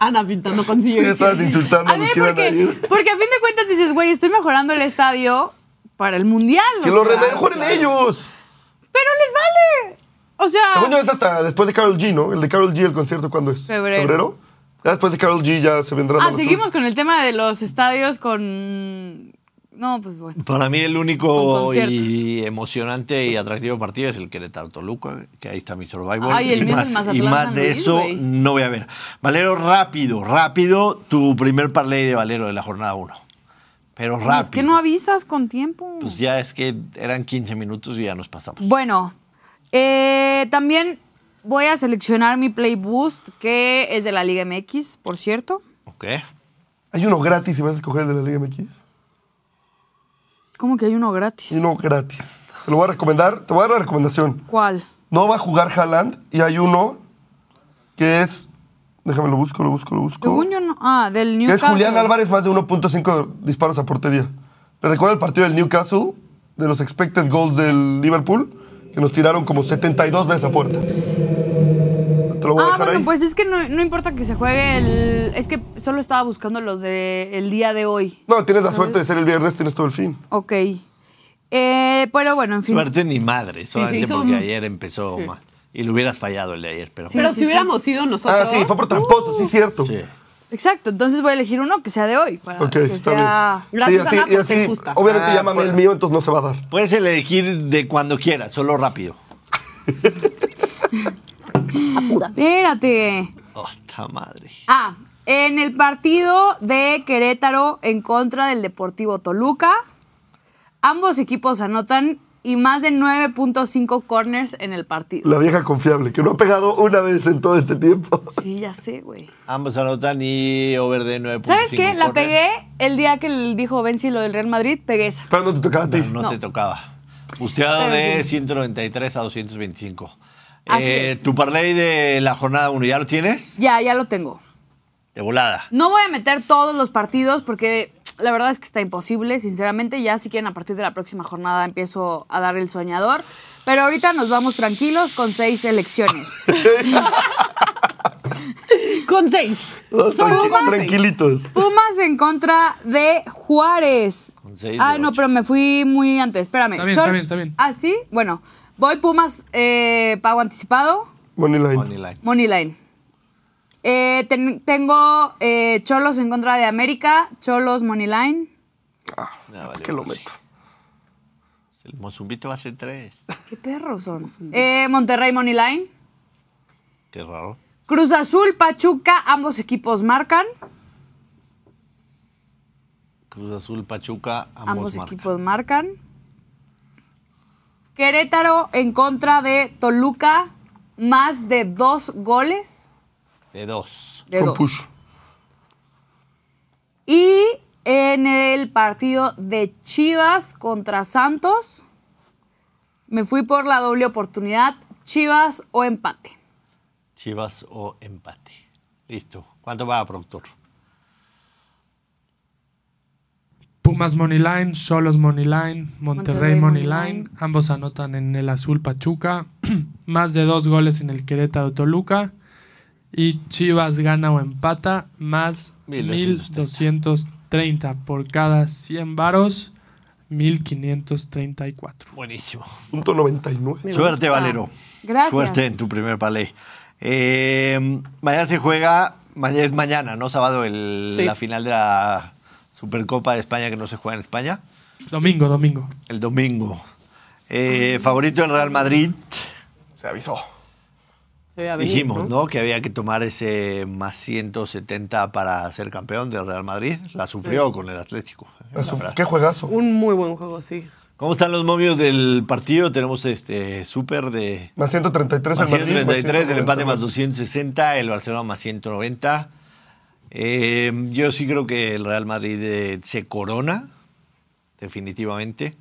S3: Ana pintando con
S2: Ya
S3: sillones.
S2: estabas insultando
S4: A
S2: a los
S4: ver,
S2: que iban a
S4: porque,
S2: ir.
S4: porque a fin de cuentas dices, güey, estoy mejorando el estadio para el mundial. o
S2: Que lo
S4: sea,
S2: remejoren ellos.
S4: Pero les vale. O
S2: Según yo
S4: sea, ah,
S2: es hasta después de Carol G, ¿no? El de Carol G, el concierto, ¿cuándo es?
S4: Febrero.
S2: Ya después de Carol G ya se vendrá.
S4: ah,
S2: todo el
S4: seguimos
S2: sur.
S4: con el tema de los estadios con. No, pues bueno.
S1: Para mí el
S4: Con
S1: único
S4: conciertos.
S1: y emocionante y atractivo partido es el Querétaro Toluca, que ahí está mi survival.
S4: Ay, el
S1: y
S4: mío es el
S1: más, y
S4: Mazatlán
S1: más
S4: San
S1: de
S4: Luis,
S1: eso
S4: güey.
S1: no voy a ver. Valero, rápido, rápido, tu primer parlay de Valero de la jornada 1. Pero rápido.
S4: Es que no avisas con tiempo.
S1: Pues ya es que eran 15 minutos y ya nos pasamos.
S4: Bueno, eh, también voy a seleccionar mi Play Boost, que es de la Liga MX, por cierto.
S1: Ok.
S2: Hay uno gratis y vas a escoger el de la Liga MX.
S4: ¿Cómo que hay uno gratis?
S2: Hay uno gratis. Te lo voy a recomendar. Te voy a dar la recomendación.
S4: ¿Cuál?
S2: No va a jugar Haaland y hay uno que es... Déjame, lo busco, lo busco, lo busco.
S4: Según yo no. Ah, del
S2: Que es
S4: Newcastle.
S2: Julián Álvarez, más de 1.5 disparos a portería. ¿Le recuerda el partido del Newcastle? De los expected goals del Liverpool, que nos tiraron como 72 veces a puerta. Te lo voy a
S4: Ah,
S2: dejar
S4: bueno,
S2: ahí.
S4: pues es que no, no importa que se juegue el. Es que solo estaba buscando los del día de hoy.
S2: No, tienes la suerte de ser el viernes, tienes todo el fin.
S4: Ok. Eh, pero bueno, en fin.
S1: Suerte ni madre, solamente
S3: hizo
S1: porque
S3: un-
S1: ayer empezó
S3: Sí.
S1: mal. Y lo hubieras fallado el de ayer, pero...
S3: Pero
S4: Sí,
S3: si
S4: sí,
S3: hubiéramos sido
S2: Ah,
S3: nosotros.
S2: sí, fue por tramposo, sí, cierto.
S1: Sí.
S4: Exacto, entonces voy a elegir uno que sea de hoy. Para
S2: Ok,
S4: que
S2: está
S4: sea.
S2: bien.
S3: Gracias,
S2: sí,
S3: Ana,
S2: así, y
S3: por
S2: así,
S3: ser justa.
S2: obviamente
S1: Ah,
S2: llámame
S1: pues.
S2: el mío, entonces no se va a dar.
S1: Puedes elegir de cuando quieras, solo rápido.
S4: Espérate.
S1: ¡Hostia Oh, madre!
S4: Ah, en el partido de Querétaro en contra del Deportivo Toluca, ambos equipos anotan y más de 9.5 corners en el partido.
S2: La vieja confiable, que no ha pegado una vez en todo este tiempo.
S4: Sí, ya sé, güey.
S1: Ambos anotan y over de 9.5.
S4: ¿Sabes qué? La
S1: corner.
S4: pegué el día que le dijo Benzi lo del Real Madrid, pegué esa.
S2: Pero no te tocaba a ti.
S1: No,
S4: No.
S1: te tocaba. Busteado
S4: Pero
S1: de
S4: sí.
S1: 193 a 225.
S4: Así
S1: Eh,
S4: es.
S1: Tu parlay de la jornada 1, ¿ya lo tienes?
S4: Ya, ya lo tengo.
S1: De volada.
S4: No voy a meter todos los partidos porque la verdad es que está imposible, sinceramente. Ya si quieren a partir de la próxima jornada empiezo a dar el soñador. Pero ahorita nos vamos tranquilos con seis elecciones.
S3: Con seis.
S2: Todos
S3: Solo
S2: tranqui-
S3: con seis.
S2: tranquilitos.
S4: Pumas en contra de Juárez.
S1: Con seis de
S4: Ah, no,
S1: ocho.
S4: pero me fui muy antes. Espérame.
S6: Está bien,
S4: Chol-
S6: está bien, está bien.
S4: Ah, sí. Bueno, voy Pumas, eh, pago anticipado,
S2: Money line.
S1: Money line.
S4: money line. Eh, ten- tengo eh, Cholos en contra de América, Cholos money line.
S1: Ah, vale,
S2: Que lo
S1: vale.
S2: meto.
S1: El Mozumbito va a ser 3.
S4: Qué perros son. Eh, Monterrey money line.
S1: Qué raro.
S4: Cruz Azul, Pachuca, ambos equipos marcan.
S1: Cruz Azul, Pachuca, ambos,
S4: Ambos
S1: marcan.
S4: equipos marcan. Querétaro en contra de Toluca, más de dos goles.
S1: De 2.
S4: De
S2: Con
S4: dos.
S2: push.
S4: Y en el partido de Chivas contra Santos, me fui por la doble oportunidad, Chivas o empate.
S1: Chivas o empate. Listo. ¿Cuánto va, productor?
S6: Pumas Moneyline, Solos Moneyline,
S4: Monterrey
S6: Monterrey,
S4: money
S6: Moneyline.
S4: line.
S6: Ambos anotan en el azul Pachuca. más de dos goles en el Querétaro Toluca. Y Chivas gana o empata más 1230 por cada 100 varos, 1534.
S1: Buenísimo.
S2: Punto 99.
S1: Suerte, Valero.
S4: Gracias.
S1: Suerte en tu primer palé. Eh, mañana se juega, ma- es mañana, ¿no? Sábado, el-
S3: Sí.
S1: la final de la Supercopa de España que no se juega en España.
S6: Domingo, domingo.
S1: El domingo. Eh, favorito del Real Madrid.
S2: Se avisó.
S3: Se veía venir,
S1: Dijimos, ¿no? Que había que tomar ese más 170 para ser campeón del Real Madrid. La sufrió con el Atlético. la
S2: Eso,
S1: verdad.
S2: Qué juegazo.
S3: Un muy buen juego, sí.
S1: ¿Cómo están los momios del partido? Tenemos este súper de
S2: Más 133
S1: más
S2: el Madrid,
S1: 133, el empate más
S2: 200.
S1: 260, el Barcelona más 190. Eh, yo sí creo que el Real Madrid eh, se corona, definitivamente,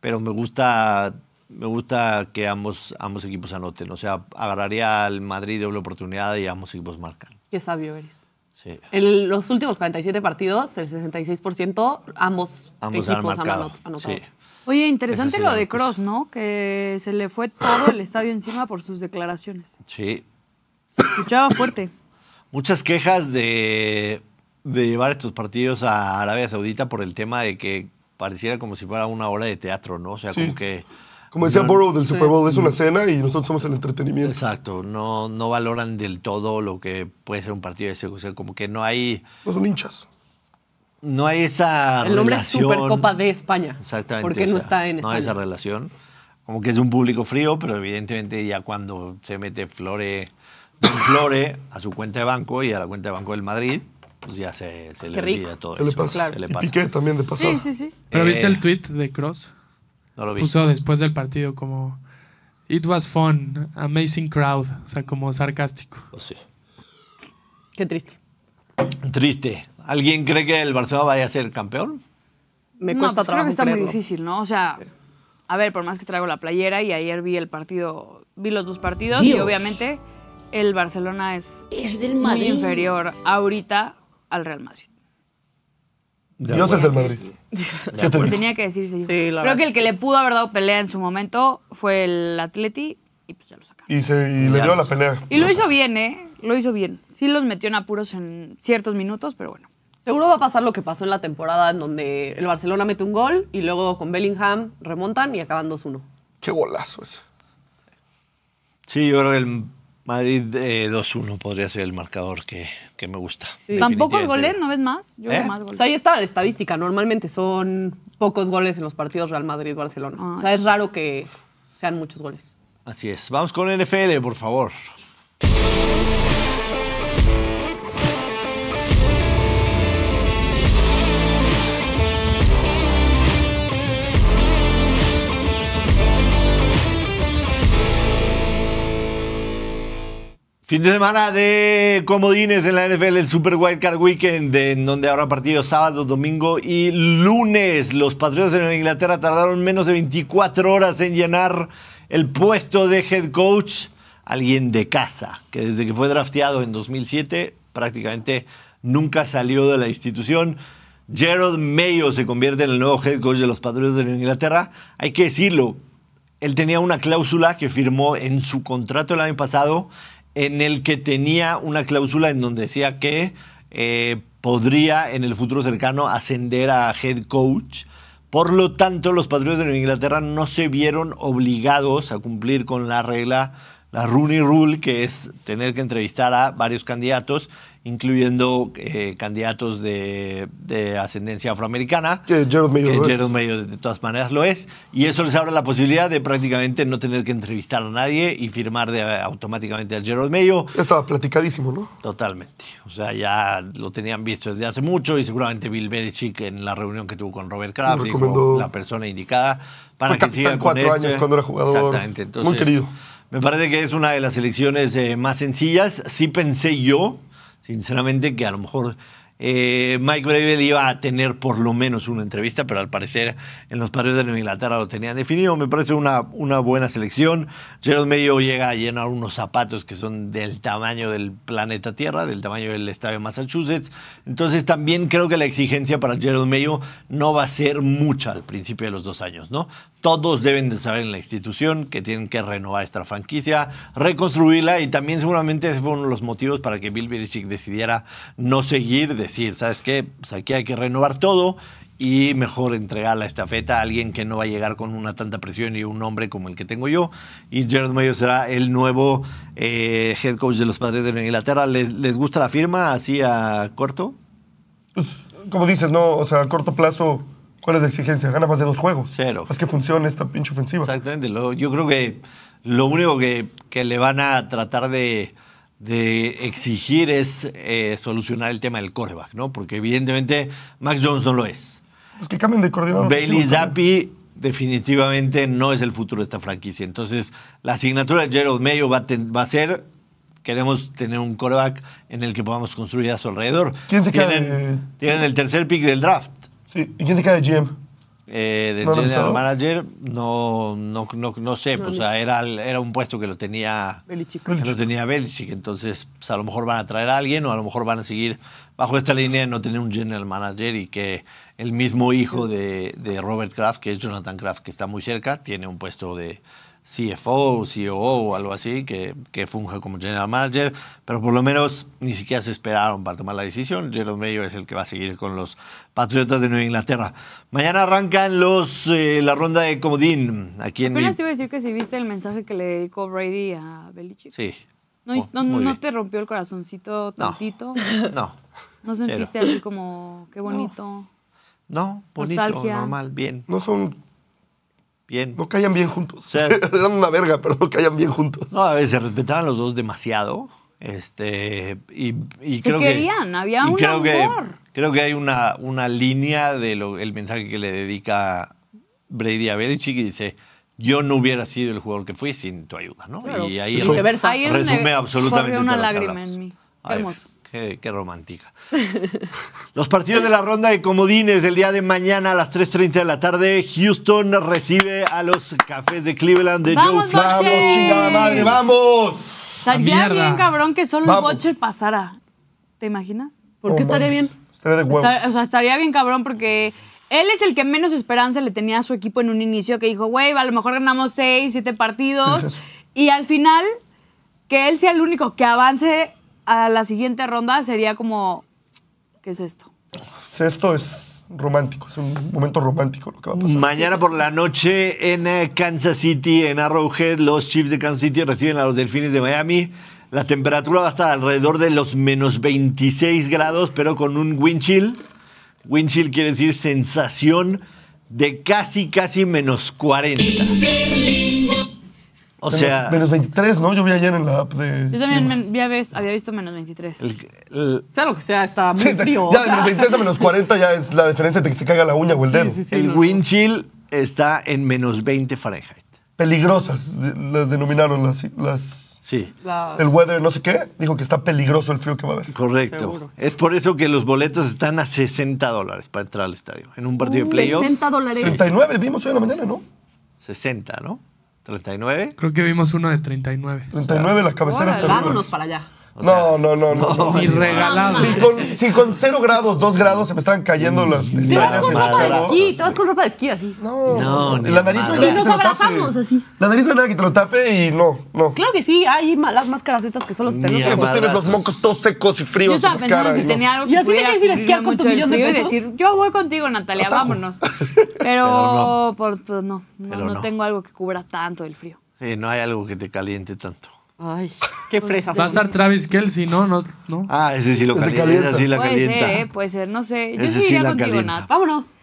S1: pero me gusta, me gusta que ambos, ambos equipos anoten. O sea, agarraría al Madrid doble oportunidad y ambos equipos marcan.
S3: Qué sabio eres.
S1: Sí.
S3: En los últimos 47 partidos, el 66%, ambos,
S1: Ambos han
S3: equipos han
S1: marcado.
S3: ano- anotado.
S1: sí.
S4: Oye,
S1: Ese
S4: interesante
S1: sí
S4: lo
S1: lo
S4: de
S1: noté.
S4: Cross, ¿no? Que se le fue todo el estadio encima por sus declaraciones.
S1: sí.
S4: Se escuchaba fuerte.
S1: Muchas quejas de, de llevar estos partidos a Arabia Saudita por el tema de que pareciera como si fuera una obra de teatro, ¿no? O sea,
S2: Sí.
S1: como que.
S2: Como decía Burrow del Super Bowl, es una cena y nosotros somos el entretenimiento.
S1: Exacto, no, no valoran del todo lo que puede ser un partido de ese. O sea, como que no hay,
S2: No son hinchas.
S1: no hay esa
S3: El nombre es
S1: relación.
S3: Supercopa de España.
S1: Exactamente.
S3: Porque
S1: o
S3: no
S1: sea,
S3: está en
S1: No
S3: España.
S1: hay esa relación. Como que es un público frío, pero evidentemente ya cuando se mete Flore, Don Flore a su cuenta de banco y a la cuenta de banco del Madrid, pues ya se, se le
S3: Qué rico.
S1: olvida todo
S2: Se le
S1: eso.
S2: pasa.
S3: Claro.
S1: Pues Se le
S2: Y
S1: pasa.
S2: Piqué también de pasada.
S4: Sí, sí, sí.
S6: Pero viste
S1: Eh.
S6: el tweet de Cross.
S1: No lo vi.
S6: Puso después del partido como It was fun, amazing crowd, o sea, como sarcástico.
S1: Pues sí.
S3: Qué triste.
S1: Triste. ¿Alguien cree que el Barcelona vaya a ser campeón?
S3: Me
S4: No,
S3: cuesta
S4: pues creo
S3: trabajo
S4: que está
S3: creerlo.
S4: muy difícil, ¿no? O sea, a ver, por más que traigo la playera y ayer vi el partido, vi los dos partidos y
S7: Dios.
S4: obviamente el Barcelona es
S7: Es del
S4: muy
S7: Madrid.
S4: inferior ahorita al Real Madrid.
S2: Dios es del Madrid. ¿Qué te
S4: Se
S2: digo?
S4: tenía que decirse. dijo.
S3: Sí, la
S4: Creo
S3: verdad
S4: que el
S3: que
S4: que le pudo haber dado pelea en su momento fue el Atleti y pues ya lo sacaron.
S2: Y, se, y le
S1: Ya
S2: dio
S1: no
S2: la
S1: sé.
S2: pelea.
S4: Y lo hizo bien, ¿eh? Lo hizo bien. Sí los metió en apuros en ciertos minutos, pero bueno.
S3: Seguro va a pasar lo que pasó en la temporada en donde el Barcelona mete un gol y luego con Bellingham remontan y acaban 2-1.
S2: Qué golazo ese.
S1: Sí, yo creo que el Madrid eh, 2-1 podría ser el marcador que, que me gusta.
S4: Tampoco el golé,
S1: Definitivamente.
S4: ¿no ves más? Yo
S1: ¿Eh?
S4: veo más goles.
S3: O sea, Pues ahí está la estadística. Normalmente son pocos goles en los partidos Real Madrid-Barcelona. O sea, es raro que sean muchos goles.
S1: Así es. Vamos con NFL, por favor. Fin de semana de comodines en la NFL, el Super Wild Card Weekend, en donde habrá partidos sábado, domingo y lunes. Los Patriotas en Inglaterra tardaron menos de 24 horas en llenar el puesto de head coach. Alguien de casa, que desde que fue drafteado en 2007 prácticamente nunca salió de la institución. Gerald Mayo se convierte en el nuevo head coach de los Patriotas en Inglaterra. Hay que decirlo, él tenía una cláusula que firmó en su contrato el año pasado, en el que tenía una cláusula en donde decía que eh, podría en el futuro cercano ascender a head coach. Por lo tanto, los Patriotas de Nueva Inglaterra no se vieron obligados a cumplir con la regla, la Rooney Rule, que es tener que entrevistar a varios candidatos, incluyendo eh, candidatos de, de ascendencia afroamericana
S2: Que Gerard Mayo
S1: que
S2: lo es.
S1: Gerard Mayo de todas maneras lo es. Y eso les abre la posibilidad de prácticamente no tener que entrevistar a nadie y firmar de- eh, automáticamente a Gerald Mayo.
S2: Ya estaba platicadísimo, ¿no?
S1: Totalmente. O sea, ya lo tenían visto desde hace mucho y seguramente Bill Belichick en la reunión que tuvo con Robert Kraft
S2: Lo
S1: dijo
S2: recomendó.
S1: la persona indicada para
S2: Fue
S1: que
S2: capitán
S1: siga con
S2: cuatro
S1: este.
S2: años cuando era jugador.
S1: Exactamente.
S2: Muy
S1: Entonces,
S2: querido.
S1: me parece que es una de las elecciones eh, más sencillas. Sí pensé yo, sinceramente, que a lo mejor eh, Mike Bravel iba a tener por lo menos una entrevista, pero al parecer en los partidos de Nueva Inglaterra lo tenían definido. Me parece una, una buena selección. Gerald Mayo llega a llenar unos zapatos que son del tamaño del planeta Tierra, del tamaño del estadio de Massachusetts. Entonces también creo que la exigencia para Gerald Mayo no va a ser mucha al principio de los dos años, ¿no? Todos deben de saber en la institución que tienen que renovar esta franquicia, reconstruirla y también seguramente ese fue uno de los motivos para que Bill Belichick decidiera no seguir, decir, ¿sabes qué? Pues aquí hay que renovar todo y mejor entregar la estafeta a alguien que no va a llegar con una tanta presión y un nombre como el que tengo yo. Y Gerard Mayo será el nuevo eh, head coach de los padres de Nueva Inglaterra. ¿Les, les gusta la firma así a corto?
S2: Pues, como dices, ¿no? O sea, a corto plazo, ¿cuál es la exigencia? Gana más de dos juegos.
S1: Cero.
S2: Haz que funcione esta pinche ofensiva.
S1: Exactamente. Lo- yo creo que lo único que, que le van a tratar de, de exigir es eh, solucionar el tema del coreback, ¿no? Porque evidentemente Max Jones no lo es.
S2: Pues que cambien de coordinador.
S1: Bailey
S2: ofensivo, cabrón.
S1: Zappi definitivamente no es el futuro de esta franquicia. Entonces, la asignatura de Gerald Mayo va a, ten- va a ser queremos tener un coreback en el que podamos construir a su alrededor.
S2: ¿Quién se queda de-
S1: tienen, tienen el tercer pick del draft.
S2: Sí. ¿Y quién se queda de GM?
S1: Eh, del
S2: ¿No lo
S1: general
S2: avisaron?
S1: manager, no, no, no, no sé, pues, o sea, era, el- era un puesto que lo tenía
S3: Belichick.
S1: que lo tenía Belichick, entonces pues, a lo mejor van a traer a alguien o a lo mejor van a seguir bajo esta línea de no tener un general manager y que el mismo hijo de, de Robert Kraft, que es Jonathan Kraft, que está muy cerca, tiene un puesto de CFO, COO o algo así, que, que funja como general manager, pero por lo menos ni siquiera se esperaron para tomar la decisión. Gerald Mayo es el que va a seguir con los Patriotas de Nueva Inglaterra. Mañana arrancan los, eh, la ronda de Comodín aquí en...
S4: Apenas
S1: mi-
S4: te iba a decir que si viste el mensaje que le dedicó Brady a Belichick.
S1: Sí.
S4: No,
S1: Oh,
S4: no,
S1: muy
S4: no
S1: bien.
S4: te rompió el corazoncito tantito.
S1: No.
S4: No sentiste así como, qué bonito.
S1: No, bonito,
S4: Nostalgia.
S1: normal, bien,
S2: No son.
S1: bien.
S2: No callan bien juntos.
S1: Sí.
S2: Eran una verga, pero no callan bien juntos.
S1: No, a veces se respetaban los dos demasiado. Este, y, y
S4: Se
S1: creo
S4: querían,
S1: que,
S4: había
S1: y
S4: un
S1: creo que,
S4: amor.
S1: creo que hay una, una línea del mensaje que le dedica Brady a Belichick y dice, yo no hubiera sido el jugador que fui sin tu ayuda, ¿no?
S3: Claro,
S1: Y ahí
S3: y
S1: el-
S3: viceversa.
S4: Ahí es donde
S1: resume
S4: corrió
S1: absolutamente
S4: una
S1: todo lo que
S4: lágrima
S1: hablamos.
S4: en mí. Qué
S1: Ay,
S4: hermoso.
S1: Qué, qué romántica. Los partidos de la ronda de comodines del día de mañana a las 3.30 de la tarde. Houston recibe a los cafés de Cleveland de
S4: Vamos,
S1: Joe Flacco.
S2: ¡Vamos,
S4: Boche.
S2: chingada madre! ¡Vamos!
S4: Estaría
S6: mierda.
S4: bien cabrón que solo
S2: Vamos.
S4: el boche pasara. ¿Te imaginas?
S3: ¿Por qué
S2: No
S3: estaría bien?
S2: Oh, mames. Estaría de huevos.
S4: Está- o sea, estaría bien cabrón porque él es el que menos esperanza le tenía a su equipo en un inicio, que dijo, güey, a lo mejor ganamos seis, siete
S2: Sí, sí,
S4: partidos.
S2: sí.
S4: Y al final, que él sea el único que avance a la siguiente ronda sería como, ¿qué es esto?
S2: Esto es romántico, es un momento romántico lo que va a pasar.
S1: Mañana por la noche en eh, Kansas City, en Arrowhead, los Chiefs de Kansas City reciben a los Delfines de Miami. La temperatura va a estar alrededor de los menos 26 grados, pero con un wind chill. Wind chill quiere decir sensación de casi, casi menos 40. O
S2: Menos-
S1: sea,
S2: Menos 23, ¿no? Yo vi ayer en la app de.
S4: Yo también men- había, vis- había visto menos 23.
S1: el- el-
S3: Sea lo que sea, está muy
S2: Sí,
S3: frío.
S2: ya de menos 23 a menos 40 ya es la diferencia entre que se caiga la uña o el dedo.
S3: Sí, sí, sí,
S1: el
S3: no,
S1: wind chill está en menos 20 Fahrenheit.
S2: Peligrosas, de- las denominaron las, las.
S1: Sí.
S3: la-
S2: El weather, no sé qué. Dijo que está peligroso el frío que va a haber.
S1: Correcto.
S3: Seguro.
S1: Es por eso que los boletos están a 60 dólares para entrar al estadio. En un
S3: Uh,
S1: partido de playoffs.
S3: 60 dólares.
S2: 39 vimos hoy en la mañana, ¿no?
S1: 60, ¿no? 39.
S6: Creo que vimos uno de 39.
S2: 39 las cabeceras
S3: Órale,
S2: terribles.
S3: vámonos para allá.
S1: O sea,
S2: no, no, no, no. no.
S6: Y regalado.
S2: Si con, si con 0 grados, 2 grados se me estaban cayendo
S4: Mm.
S2: las
S3: Te vas
S2: pestañas
S1: Gracias,
S3: con
S2: en
S1: madre.
S3: ropa de
S2: Chicago.
S3: esquí, te vas con ropa de esquí así.
S2: No,
S1: No,
S2: no,
S1: ni
S2: la nariz no hay
S1: madre.
S2: nada que
S3: Y
S2: te
S3: nos
S2: lo tape.
S3: abrazamos, así.
S2: La nariz no hay nada que te lo tape y no, no.
S3: Claro que sí, hay ma- las máscaras estas que solo se te
S1: Ni
S3: notan
S1: a
S3: como-
S2: Pues tienes los mocos todos secos y
S4: Yo
S2: fríos
S4: estaba
S2: en la
S4: pensando
S2: cara.
S4: si
S2: y no.
S4: tenía algo
S3: Y
S4: que
S3: así te
S4: pudiera
S3: quieres ir a
S4: cubrirme
S3: esquiar con tu
S4: mucho el
S3: millón de
S4: frío
S3: pesos.
S4: y decir, yo voy contigo, Natalia, vámonos. Pero,
S1: no.
S4: por- pues, no, no,
S1: Pero
S4: no
S1: no.
S4: tengo algo que cubra tanto el frío.
S1: sí, eh, no hay algo que te caliente tanto.
S3: Ay, qué fresas.
S6: Va a estar Travis Kelsey, ¿no? No, no.
S1: Ah, ese sí lo
S2: Ese
S1: calienta.
S2: calienta.
S1: Ese sí la
S4: puede
S1: calienta.
S4: ser, ¿eh? puede ser, no sé. Yo
S1: Ese
S4: sí
S1: sí
S4: iría
S1: la
S4: contigo,
S1: calienta.
S4: Nat.
S3: Vámonos.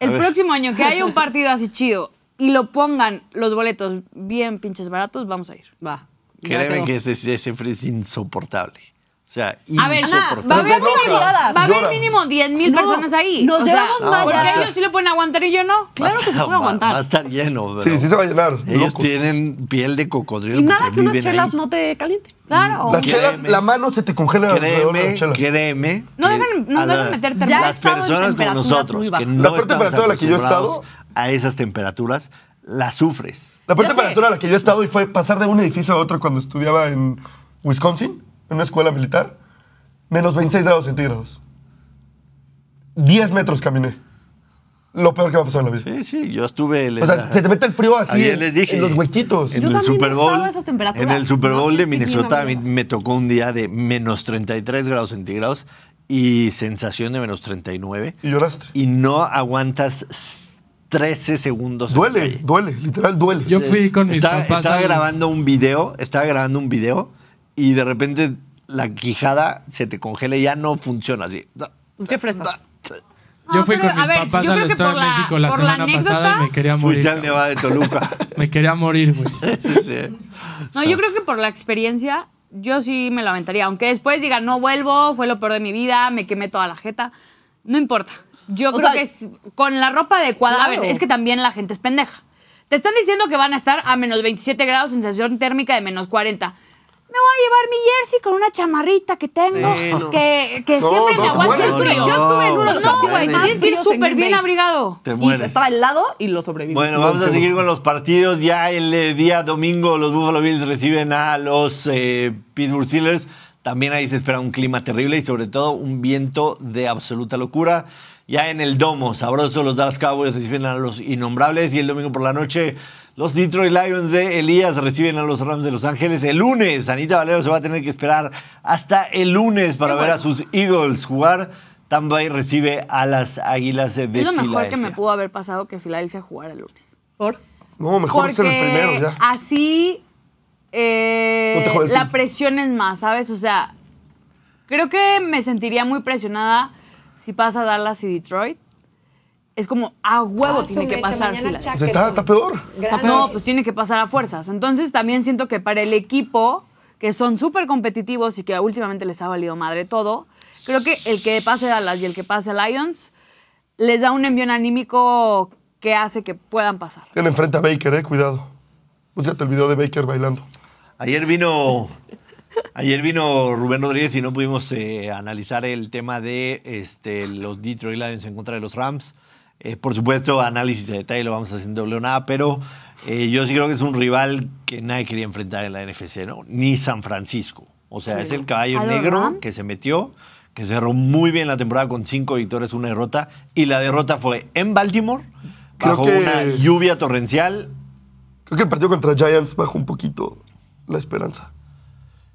S4: El
S1: ver.
S4: próximo año que haya un partido así chido y lo pongan los boletos bien pinches baratos, vamos a ir.
S3: Va. ya
S1: Créeme
S3: quedó.
S1: que ese, ese frío es insoportable. O sea,
S4: A ver,
S1: insoportable.
S4: va a haber,
S2: Te enojas,
S4: mínimo, va a haber
S2: lloras.
S4: mínimo 10 mil
S3: No,
S4: personas ahí.
S3: nos
S4: O sea,
S3: llevamos
S1: más
S4: Porque
S1: ya.
S4: ellos sí lo pueden aguantar y yo no.
S3: claro
S1: Va a
S3: que se
S1: estar-
S3: puede
S1: va-
S3: aguantar.
S1: Va, a estar lleno. pero
S2: Sí, sí se va a llenar.
S1: Ellos
S2: locos.
S1: tienen piel de cocodrilo.
S3: Y nada
S1: porque
S3: que unas
S1: viven
S3: chelas
S1: ahí.
S3: no te calienten.
S4: Claro.
S2: Las
S1: Créeme.
S2: chelas, la mano se te congela alrededor de la
S1: Créeme,
S2: chela.
S1: créeme.
S4: No
S1: que
S4: dejan- no
S1: a la-
S4: dejan meter
S3: Ya he
S1: Las
S3: estado en
S1: personas como
S3: temperaturas
S1: nosotros,
S3: muy
S1: que
S3: bajas.
S1: no
S2: La peor
S1: estamos
S2: temperatura a la que yo he
S1: acostumbrados
S2: estado-
S1: a esas temperaturas, las sufres.
S2: La peor
S3: Ya
S2: temperatura
S3: sé.
S2: a la que yo he estado y fue pasar de un edificio a otro cuando estudiaba en Wisconsin, en una escuela militar, menos 26 grados centígrados. 10 metros caminé. Lo peor que me ha pasado en la vida.
S1: Sí, sí, yo estuve...
S2: O sea, se te mete el frío así
S1: Ayer
S2: en,
S1: les dije,
S2: en los huequitos.
S1: En
S3: Yo
S1: el
S3: también
S1: Super
S3: he estado
S1: Bowl,
S3: a esas temperaturas.
S1: en el Super
S3: No,
S1: Bowl
S3: sí,
S1: de
S3: es que es bien
S1: Minnesota a mí
S3: aburrido.
S1: me tocó un día de menos 33 grados centígrados y sensación de menos 39
S2: Y lloraste.
S1: y no aguantas s- 13 segundos. en la
S2: duele,
S1: calle.
S2: duele, literal duele.
S6: Yo fui con mis
S1: estaba,
S6: papás.
S1: estaba
S6: al-
S1: grabando un video, estaba grabando un video y de repente la quijada se te congela y ya no funciona así.
S3: Pues qué fresas.
S6: Yo
S4: No,
S6: fui
S4: pero,
S6: con mis
S4: a ver,
S6: papás
S4: yo
S6: al
S4: creo que
S6: Estado de
S4: por la-
S6: México la
S4: por la
S6: semana pasada y
S4: anécdota-
S6: me quería morir.
S1: Fuiste al Nevada de Toluca.
S6: Me quería morir, güey.
S1: Sí.
S4: No, yo creo que por la experiencia, yo sí me lo aventaría. Aunque después diga, no vuelvo, fue lo peor de mi vida, me quemé toda la jeta. No importa. Yo creo
S3: sea,
S4: que es- con la ropa adecuada. A
S3: claro.
S4: ver, es que también la gente es pendeja. Te están diciendo que van a estar a menos 27 grados, sensación térmica de menos 40. me voy a llevar mi jersey con una chamarrita que tengo,
S3: Sí, no.
S4: que, que
S2: No,
S4: siempre
S2: no, te
S4: me aguante el
S2: mueres,
S4: frío.
S1: no.
S3: Yo estuve en unos
S4: No,
S3: partidos
S4: güey,
S3: más
S4: tienes que ir
S3: fríos en
S4: súper bien
S3: Green Bay.
S4: abrigado.
S1: Te
S3: Y
S1: mueres.
S3: estaba helado y lo sobreviví.
S1: Bueno, vamos a seguir con los partidos. Ya el eh, día domingo los Buffalo Bills reciben a los eh, Pittsburgh Steelers. También ahí se espera un clima terrible y sobre todo un viento de absoluta locura. Ya en el domo, sabroso, los Dallas Cowboys reciben a los Innombrables y el domingo por la noche los Detroit Lions de Elías reciben a los Rams de Los Ángeles. El lunes, Anita Valero se va a tener que esperar hasta el lunes para ver a sus Eagles jugar. Tampa Bay recibe a las Águilas de
S4: Es lo mejor que me
S1: Filadelfia.
S4: pudo haber pasado que Filadelfia jugara el lunes.
S3: ¿Por?
S2: No, mejor
S4: Porque
S2: ser el primero ya.
S3: ah,
S4: así eh,
S2: No te jode el
S4: la
S2: fin.
S4: presión es más, ¿sabes? O sea, creo que me sentiría muy presionada si pasa Dallas y Detroit. Es como a huevo
S7: Ah, su
S4: tiene que
S7: mecha,
S4: pasar
S7: mañana
S4: Filadelfia.
S2: O sea, está, está peor.
S7: Gran-
S4: No, pues tiene que pasar a fuerzas. Entonces también siento que para el equipo, que son súper competitivos y que últimamente les ha valido madre todo, creo que el que pase Dallas y el que pase Lions les da un envión anímico que hace que puedan pasar.
S2: Tienen enfrente a Baker, eh, cuidado. Búscate el video de Baker bailando.
S1: Ayer vino, ayer vino Rubén Rodríguez y no pudimos eh, analizar el tema de este, los Detroit Lions en contra de los Rams. Eh, por supuesto, análisis de detalle lo vamos a hacer en doble o nada, pero eh, yo sí creo que es un rival que nadie quería enfrentar en la NFC, ¿no? Ni San Francisco. O sea, es el caballo
S4: ¿A los
S1: negro
S4: Rams?
S1: que se metió, que cerró muy bien la temporada con cinco victorias, una derrota, y la derrota fue en Baltimore,
S2: Creo
S1: bajo
S2: que-
S1: una lluvia torrencial.
S2: Creo que el partido contra Giants bajó un poquito la esperanza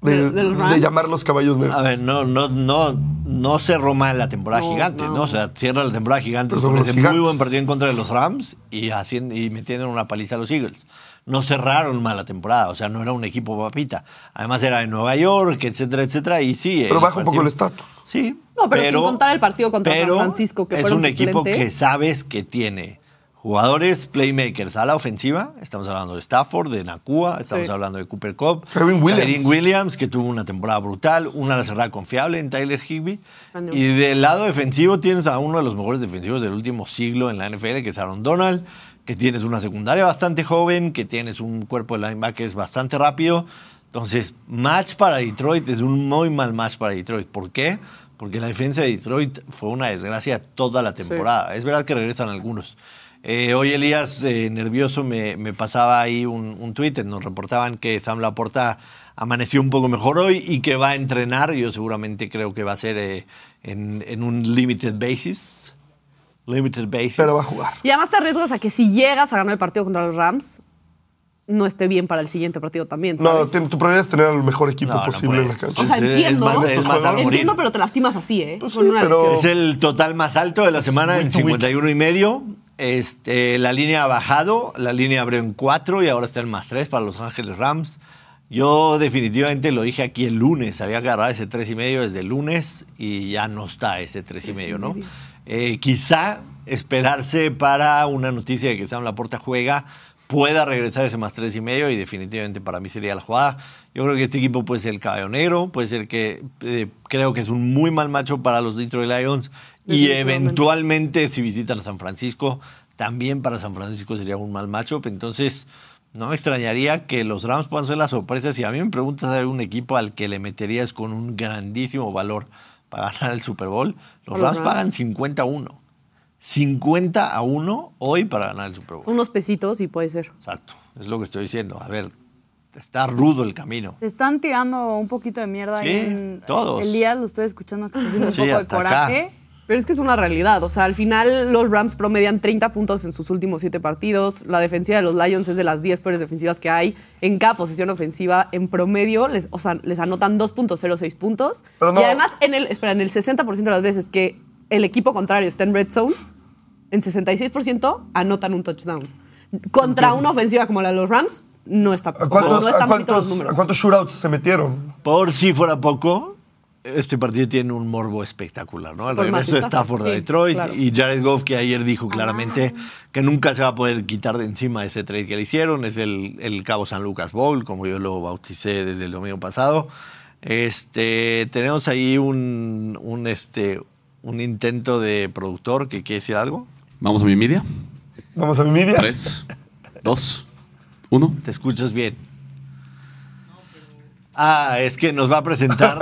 S2: de,
S3: ¿Del- del
S2: de
S3: Rams?
S2: llamar los caballos
S1: A
S2: negros.
S1: ver, no, no, no, no cerró mal la temporada
S3: No,
S1: gigante,
S3: no.
S1: ¿no? O sea, cierra la temporada gigante
S2: Pero son
S1: con
S2: los
S1: ese muy
S2: gigantes.
S1: buen partido en contra de los Rams y, haciendo, y metiendo una paliza a los Eagles. No cerraron mal la temporada, o sea, no era un equipo papita. Además era de Nueva York, etcétera, etcétera, y sí.
S2: Pero baja un poco el estatus.
S1: Sí.
S3: No, pero sin contar el partido contra San
S1: pero
S3: Francisco, que
S1: es
S3: fueron
S1: un equipo
S3: suplente.
S1: que sabes que tiene jugadores, playmakers a la ofensiva. Estamos hablando de Stafford, de Nakua, estamos
S3: Sí.
S1: hablando de Cooper Cup.
S2: Kyren Williams.
S1: Kyren Williams, que tuvo una temporada brutal, una cerrada confiable en Tyler Higby.
S3: Cañón.
S1: Y del lado defensivo tienes a uno de los mejores defensivos del último siglo en la NFL, que es Aaron Donald, que tienes una secundaria bastante joven, que tienes un cuerpo de linebackers bastante rápido. Entonces, match para Detroit es un muy mal match para Detroit. ¿Por qué? Porque la defensa de Detroit fue una desgracia toda la temporada. Es verdad que regresan algunos. Eh, hoy Elías, eh, nervioso, me, me pasaba ahí un, un tuit. Nos reportaban que Sam Laporta amaneció un poco mejor hoy y que va a entrenar. Yo seguramente creo que va a ser eh, en, en un limited basis. Limited basis.
S2: Pero va a jugar.
S3: Y además te arriesgas a que si llegas a ganar el partido contra los Rams, no esté bien para el siguiente partido también,
S2: No,
S3: ¿sabes?
S2: ten- tu prioridad es tener al mejor equipo
S1: No, no
S2: posible en la
S1: puedes.
S2: cancha.
S3: O sea,
S1: pues, Es- es
S3: entiendo.
S1: matar- es matar o morir.
S3: Entiendo, pero te lastimas así, ¿eh?
S2: Pues
S3: Con
S2: sí,
S3: una
S2: pero-
S3: lesión.
S1: Es el total más alto de la semana
S2: week
S1: en
S2: to week.
S1: 51 y medio. Este, la línea ha bajado, la línea abrió en 4 y ahora está en más 3 para Los Ángeles Rams. Yo definitivamente lo dije aquí el lunes, había que agarrar ese 3 y medio desde el lunes y ya no está ese 3 y medio, ¿no? Eh, quizá esperarse para una noticia de que Sam Laporta juega pueda regresar ese más tres y medio y definitivamente para mí sería la jugada. Yo creo que este equipo puede ser el caballo negro, puede ser que eh, creo que es un muy mal macho para los Detroit Lions y
S3: Definitivamente.
S1: eventualmente si visitan a San Francisco, también para San Francisco sería un mal macho. Entonces, no me extrañaría que los Rams puedan ser la sorpresa. Si a mí me preguntas hay un equipo al que le meterías con un grandísimo valor para ganar el Super Bowl, los
S3: A los
S1: Rams pagan
S3: Rams.
S1: 50 a 1. 50 a 1 hoy para ganar el Super Bowl.
S3: Unos pesitos y puede ser.
S1: Exacto, es lo que estoy diciendo. A ver, está rudo el camino.
S4: Te están tirando un poquito de mierda
S1: Sí,
S4: ahí en
S1: todos.
S4: el día, lo estoy escuchando que está haciendo un
S1: Sí,
S4: poco de
S1: hasta acá.
S4: coraje.
S3: Pero es que es una realidad. O sea, al final los Rams promedian 30 puntos en sus últimos 7 partidos. La defensiva de los Lions es de las 10 peores defensivas que hay. En cada posición ofensiva, en promedio, les, o sea, les anotan 2.06 puntos.
S2: Pero no-
S3: Y además, en el, espera, en el 60% de las veces que el equipo contrario está en red zone, en 66% anotan un touchdown. Contra una ofensiva como la de los Rams, no está
S2: ¿A cuántos,
S3: no están
S2: a
S3: bonitos los
S2: cuántos-
S3: números.
S2: a cuántos shootouts se metieron?
S1: Por si fuera poco, este partido tiene un morbo espectacular, ¿no? El
S3: Por
S1: regreso de
S3: Matthew Stafford,
S1: Stafford a
S3: sí,
S1: Detroit
S3: claro. Ah.
S1: y Jared Goff, que ayer dijo claramente que nunca se va a poder quitar de encima ese trade que le hicieron. Es el, el Cabo San Lucas Bowl, como yo lo bauticé desde el domingo pasado. Este, tenemos ahí un, un, este, un intento de productor que quiere decir algo.
S8: Vamos a mi media.
S2: Vamos a mi media.
S8: Tres, dos, uno.
S1: Te escuchas bien. Ah, es que nos va a presentar.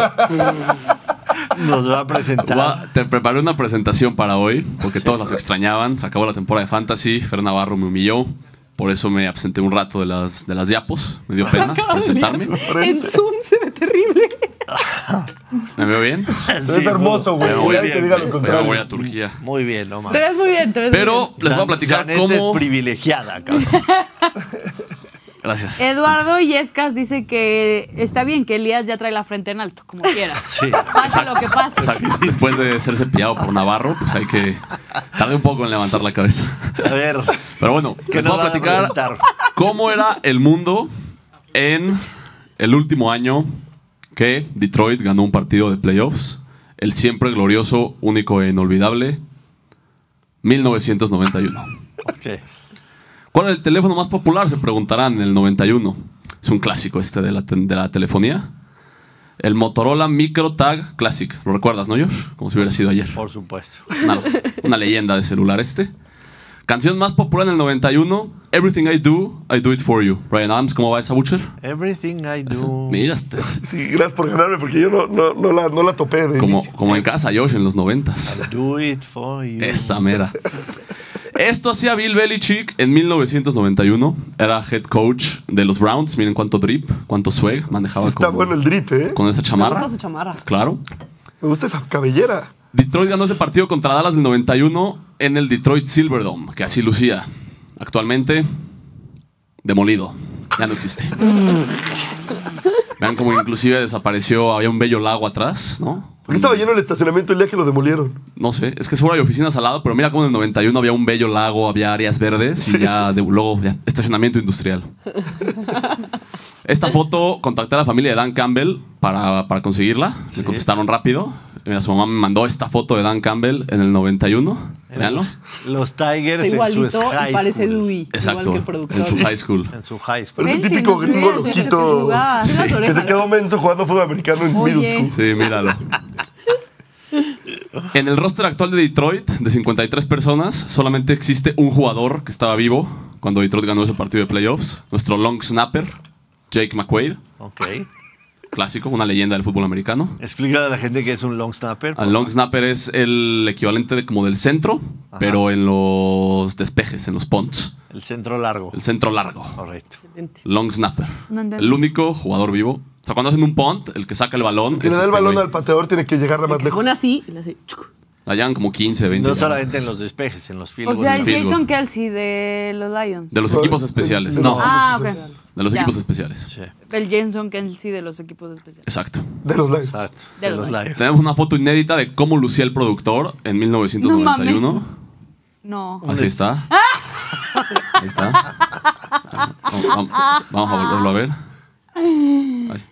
S1: nos va a presentar.
S7: Gua- te preparé una presentación para hoy, porque todos las extrañaban. Se acabó la temporada de Fantasy, Fer Navarro me humilló. Por eso me absenté un rato de las, de las diapos. Me dio pena presentarme.
S3: En Zoom se ve terrible.
S7: ¿Me veo bien?
S2: Es hermoso, güey.
S7: Muy
S2: Nadie
S1: Ah, bien,
S2: te diga
S1: güey.
S2: lo
S7: Pero voy
S2: contrario.
S7: a Turquía.
S1: Muy bien, no más.
S3: Te ves muy bien, te ves muy bien.
S7: Pero les voy a platicar
S1: Janet
S7: cómo...
S1: es privilegiada, cabrón.
S7: Gracias.
S4: Eduardo Yescas dice que está bien que Elías ya trae la frente en alto, como quiera.
S1: Sí.
S4: Pase lo que pase.
S7: Exacto. Después de ser cepillado por Navarro, pues hay que... Tardé un poco en levantar la cabeza.
S1: A ver.
S7: Pero bueno,
S1: ¿Qué
S7: les
S1: nos
S7: voy a
S1: van a
S7: platicar
S1: preguntar?
S7: cómo era el mundo en el último año que Detroit ganó un partido de playoffs. El siempre glorioso, único e inolvidable, 1991.
S1: ok.
S7: ¿Cuál es el teléfono más popular? Se preguntarán en el 91. Es un clásico este de la, ten- de la telefonía. El Motorola Micro Tag Classic. ¿Lo recuerdas, no, Josh? Como si hubiera sido ayer.
S1: Por supuesto.
S7: Una, una leyenda de celular este. Canción más popular en el 91, Everything I Do, I Do It For You. Brian Adams, ¿cómo va esa Butcher?
S1: Everything I
S7: Esa.
S1: do.
S7: Mira, este es
S2: Sí, gracias por ganarme, porque yo no, no, no la, no la topé de
S7: como,
S2: inicio.
S7: como en casa, Josh, en los 90s.
S1: I do it for you.
S7: Esa mera. Esto hacía Bill Belichick en 1991. Era head coach de los Browns. Miren cuánto drip, cuánto swag manejaba
S2: Está
S7: con,
S2: bueno el drip, ¿eh?
S7: con
S3: Me
S7: esa chamarra.
S3: gusta su chamarra.
S7: Claro.
S2: Me gusta esa cabellera.
S7: Detroit ganó ese partido contra Dallas del 91 en el Detroit Silverdome, que así lucía. Actualmente, demolido. Ya no existe. Vean como inclusive desapareció, había un bello lago atrás, ¿no?
S2: Porque estaba lleno el estacionamiento el día que lo demolieron.
S7: No sé, es que seguro hay oficinas al lado, pero mira como en el 91 había un bello lago, había áreas verdes y ya de, luego ya, estacionamiento industrial. Esta foto, contacté a la familia de Dan Campbell para, para conseguirla. Me contestaron rápido. Mira, su mamá me mandó esta foto de Dan Campbell en el 91.
S1: El-
S7: Veanlo.
S1: Los Tigers
S3: Está
S1: en su
S3: igualito y
S1: high
S3: parece
S1: school.
S3: Dewey. Igual
S7: Exacto.
S3: que el
S7: en su
S3: productor.
S7: high school.
S1: En su high school.
S2: Pero es el
S4: Ven, si
S2: típico
S4: nos
S2: gringo
S4: hubieras dicho que
S2: loquito
S4: jugabas.
S3: Las
S2: que
S3: orejas.
S2: se quedó menso jugando fútbol americano en
S4: Oye.
S2: middle school.
S7: Sí, míralo. En el roster actual de Detroit, de 53 personas, solamente existe un jugador que estaba vivo cuando Detroit ganó ese partido de playoffs. Nuestro long snapper, Jake McQuaid,
S1: Ok.
S7: clásico, una leyenda del fútbol americano.
S1: Explícale a la gente que es un long snapper.
S7: El long snapper es el equivalente de, como del centro,
S1: Ajá.
S7: pero en los despejes, en los punts.
S1: El centro largo.
S7: El centro largo.
S1: Correcto.
S7: Long snapper.
S4: No entendí.
S7: El único jugador vivo. O sea, cuando hacen un punt, el que saca el balón.
S2: Que
S7: es
S2: le da el
S7: este
S2: balón
S7: güey.
S2: al pateador, tiene que llegarla más
S3: Le
S2: lejos.
S3: pone así y le hace. chuc.
S7: La llevan como 15, 20.
S1: No
S7: yardas.
S1: solamente en los despejes, en los field
S4: O sea, el
S1: goals.
S7: Field goal.
S4: Jason Kelsey de los Lions.
S7: De los equipos especiales.
S2: De
S7: No,
S2: los-
S4: ah, ok.
S7: de los
S4: Ya.
S7: equipos especiales.
S1: Sí,
S4: El Jason Kelsey de los equipos especiales.
S7: Exacto.
S2: De los Lions.
S1: exacto.
S4: De
S1: De
S4: los
S1: los Lions.
S7: Tenemos una foto inédita de cómo lucía el productor en 1991.
S4: No No.
S7: Así está. Ahí está. Vamos, vamos- vamos a volverlo a ver. Ahí,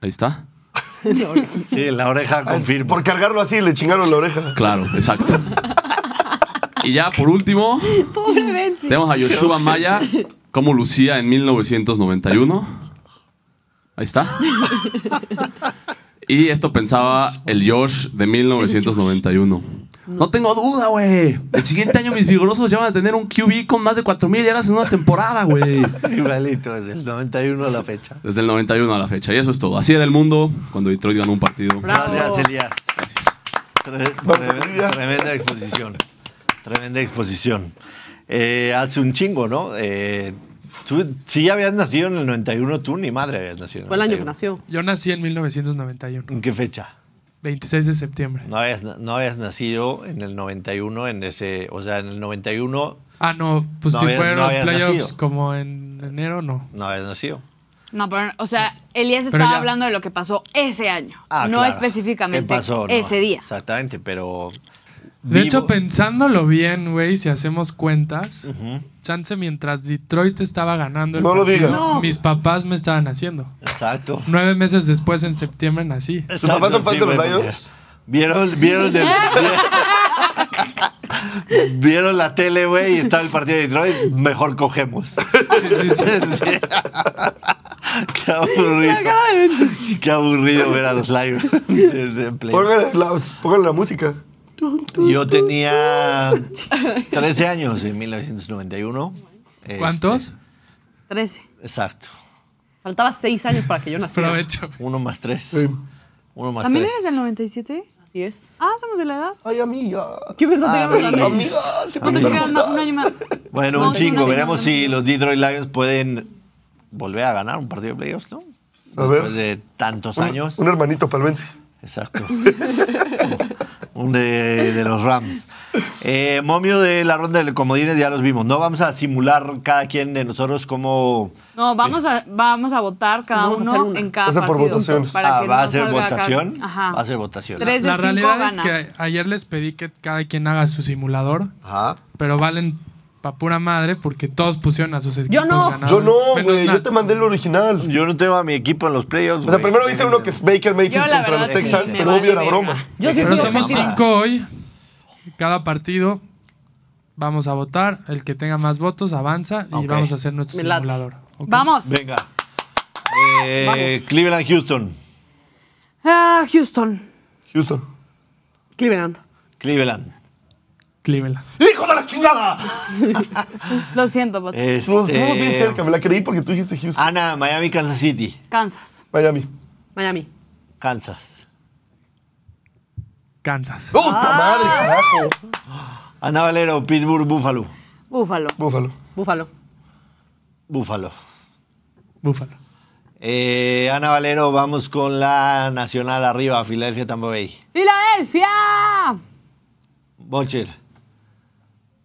S7: Ahí está.
S1: Sí, la oreja
S2: Ah, es-
S1: confirma.
S2: Por cargarlo así, le chingaron la oreja.
S7: Claro, exacto. Y ya por último,
S3: Pobre Benzi.
S7: tenemos a Yoshua Maya, cómo lucía en 1991. Ahí está. Y esto pensaba el Josh de 1991. No tengo duda, güey. El siguiente año mis vigorosos ya van a tener un QB con más de 4.000 yardas en una temporada, güey.
S1: Igualito, desde el 91 a la fecha.
S7: Desde el 91 a la fecha. Y eso es todo. Así era el mundo cuando Detroit ganó un partido.
S1: Gracias, Elías.
S7: Gracias.
S1: Tre-
S2: Vamos,
S1: tre-
S2: Elías.
S1: tremenda exposición. Tremenda exposición. Eh, hace un chingo, ¿no? Eh, tú- si ya habías nacido en el 91, tú ni madre habías nacido. en
S3: Fue el año que
S1: 91.
S3: nació.
S6: Yo nací en 1991,
S1: ¿En qué fecha?
S6: 26 de septiembre.
S1: No habías, na- no habías nacido en el 91, en ese, o sea, en el 91
S6: Ah, no, pues
S1: No
S6: si
S1: había-
S6: fueron
S1: no
S6: los
S1: habías
S6: playoffs
S1: nacido.
S6: como en enero, no.
S1: no habías nacido.
S4: No, pero, o sea, Elías
S6: Pero
S4: estaba
S6: ya.
S4: hablando de lo que pasó ese año.
S1: Ah,
S4: no
S1: claro.
S4: específicamente
S1: ¿Qué pasó? No,
S4: ese día.
S1: Exactamente, pero.
S6: De
S1: vivo-
S6: hecho, pensándolo bien, güey, si hacemos cuentas, chance mientras Detroit estaba ganando el
S2: No lo
S6: partido,
S2: digas.
S3: No.
S6: mis papás me estaban haciendo.
S1: Exacto.
S6: Nueve meses después, en septiembre, nací.
S1: Exacto,
S2: papás son fan de los
S1: güey,
S2: Lions?
S1: porque- Vieron, vieron, de- vieron la tele, güey, y estaba el partido de Detroit. Mejor cogemos. Sí. Qué aburrido. Qué aburrido ver a los Lions. en play.
S2: Póngale la, póngale la música.
S1: Yo tenía 13 años en 1991. Este,
S6: ¿Cuántos?
S4: 13.
S1: exacto.
S3: Faltaba seis años para que yo naciera.
S6: Aprovecho.
S1: Uno más tres. Uno más
S4: ¿También
S1: tres.
S4: eres del 97?
S3: Así es.
S4: Ah, somos de la edad.
S2: Ay, amiga.
S3: ¿Qué pensaste que íbamos a hablar?
S1: Amigos.
S2: Amiga, se
S4: ¿Cuánto te quedan más? Un año más.
S1: Bueno,
S4: No,
S1: un
S4: sí, no,
S1: chingo.
S4: no,
S1: Veremos
S4: no,
S1: si
S4: no.
S1: los Detroit Lions pueden volver a ganar un partido de playoffs, ¿no?
S2: A ver.
S1: Después de tantos años.
S2: Un, un hermanito palvense.
S1: Exacto. un de, de los Rams. Eh, momio de la ronda de comodines ya los vimos. No vamos a simular cada quien de nosotros como...
S4: No, vamos a, vamos a votar cada
S3: Vamos a hacer
S4: uno
S3: una.
S4: en cada
S2: Va a ser por
S4: partido.
S2: votaciones.
S4: para
S1: Ah,
S4: que
S1: ¿va a
S4: no
S1: ser
S4: salga acá.
S1: votación?
S4: Ajá.
S1: Va a ser votación.
S4: Tres de
S6: La
S4: cinco
S6: realidad
S4: gana.
S6: es que ayer les pedí que cada quien haga su simulador,
S1: Ajá.
S6: pero valen pa' pura madre porque todos pusieron a sus equipos
S2: Pues
S3: Yo no.
S6: ganadores.
S2: Yo no,
S6: Menos
S2: güey.
S6: Nat.
S2: Yo te mandé el original.
S1: Yo no tengo a mi equipo en los playoffs.
S2: O sea,
S1: güey.
S2: primero viste uno que es Baker
S4: Yo,
S2: Mayfield
S4: la
S2: contra los
S4: verdad, sí,
S2: Texans,
S4: me
S2: pero
S4: vale
S2: obvio era
S4: verga.
S2: broma.
S3: Yo sí
S1: Pero Tío,
S3: fui
S6: Pero somos
S1: mamadas.
S3: ofensiva.
S6: cinco hoy. Cada partido vamos a votar. El que tenga más votos avanza y
S1: Ok.
S6: vamos a hacer nuestro
S3: Me late.
S6: simulador. ¿ok?
S4: Vamos.
S1: Venga. Eh, Cleveland, Houston.
S4: Ah, Houston.
S2: Houston.
S3: Cleveland.
S1: Cleveland.
S6: Clíbela.
S2: ¡Hijo de la chingada!
S4: Lo siento, Bots.
S1: Eh.
S2: Nos estuvimos bien
S1: Este,
S2: cerca. Me la creí porque tú dijiste Houston.
S1: Ana, Miami, Kansas City.
S4: Kansas.
S2: Miami.
S3: Miami.
S1: Kansas.
S6: Kansas.
S2: ¡Puta
S4: Ah.
S2: madre, carajo!
S1: Ana Valero, Pittsburgh, Buffalo.
S4: Búfalo.
S2: Búfalo.
S3: Búfalo.
S1: Buffalo.
S6: Búfalo.
S1: Eh, Ana Valero, vamos con la nacional arriba, Filadelfia, Tampa Bay.
S4: ¡Filadelfia!
S1: Bocher.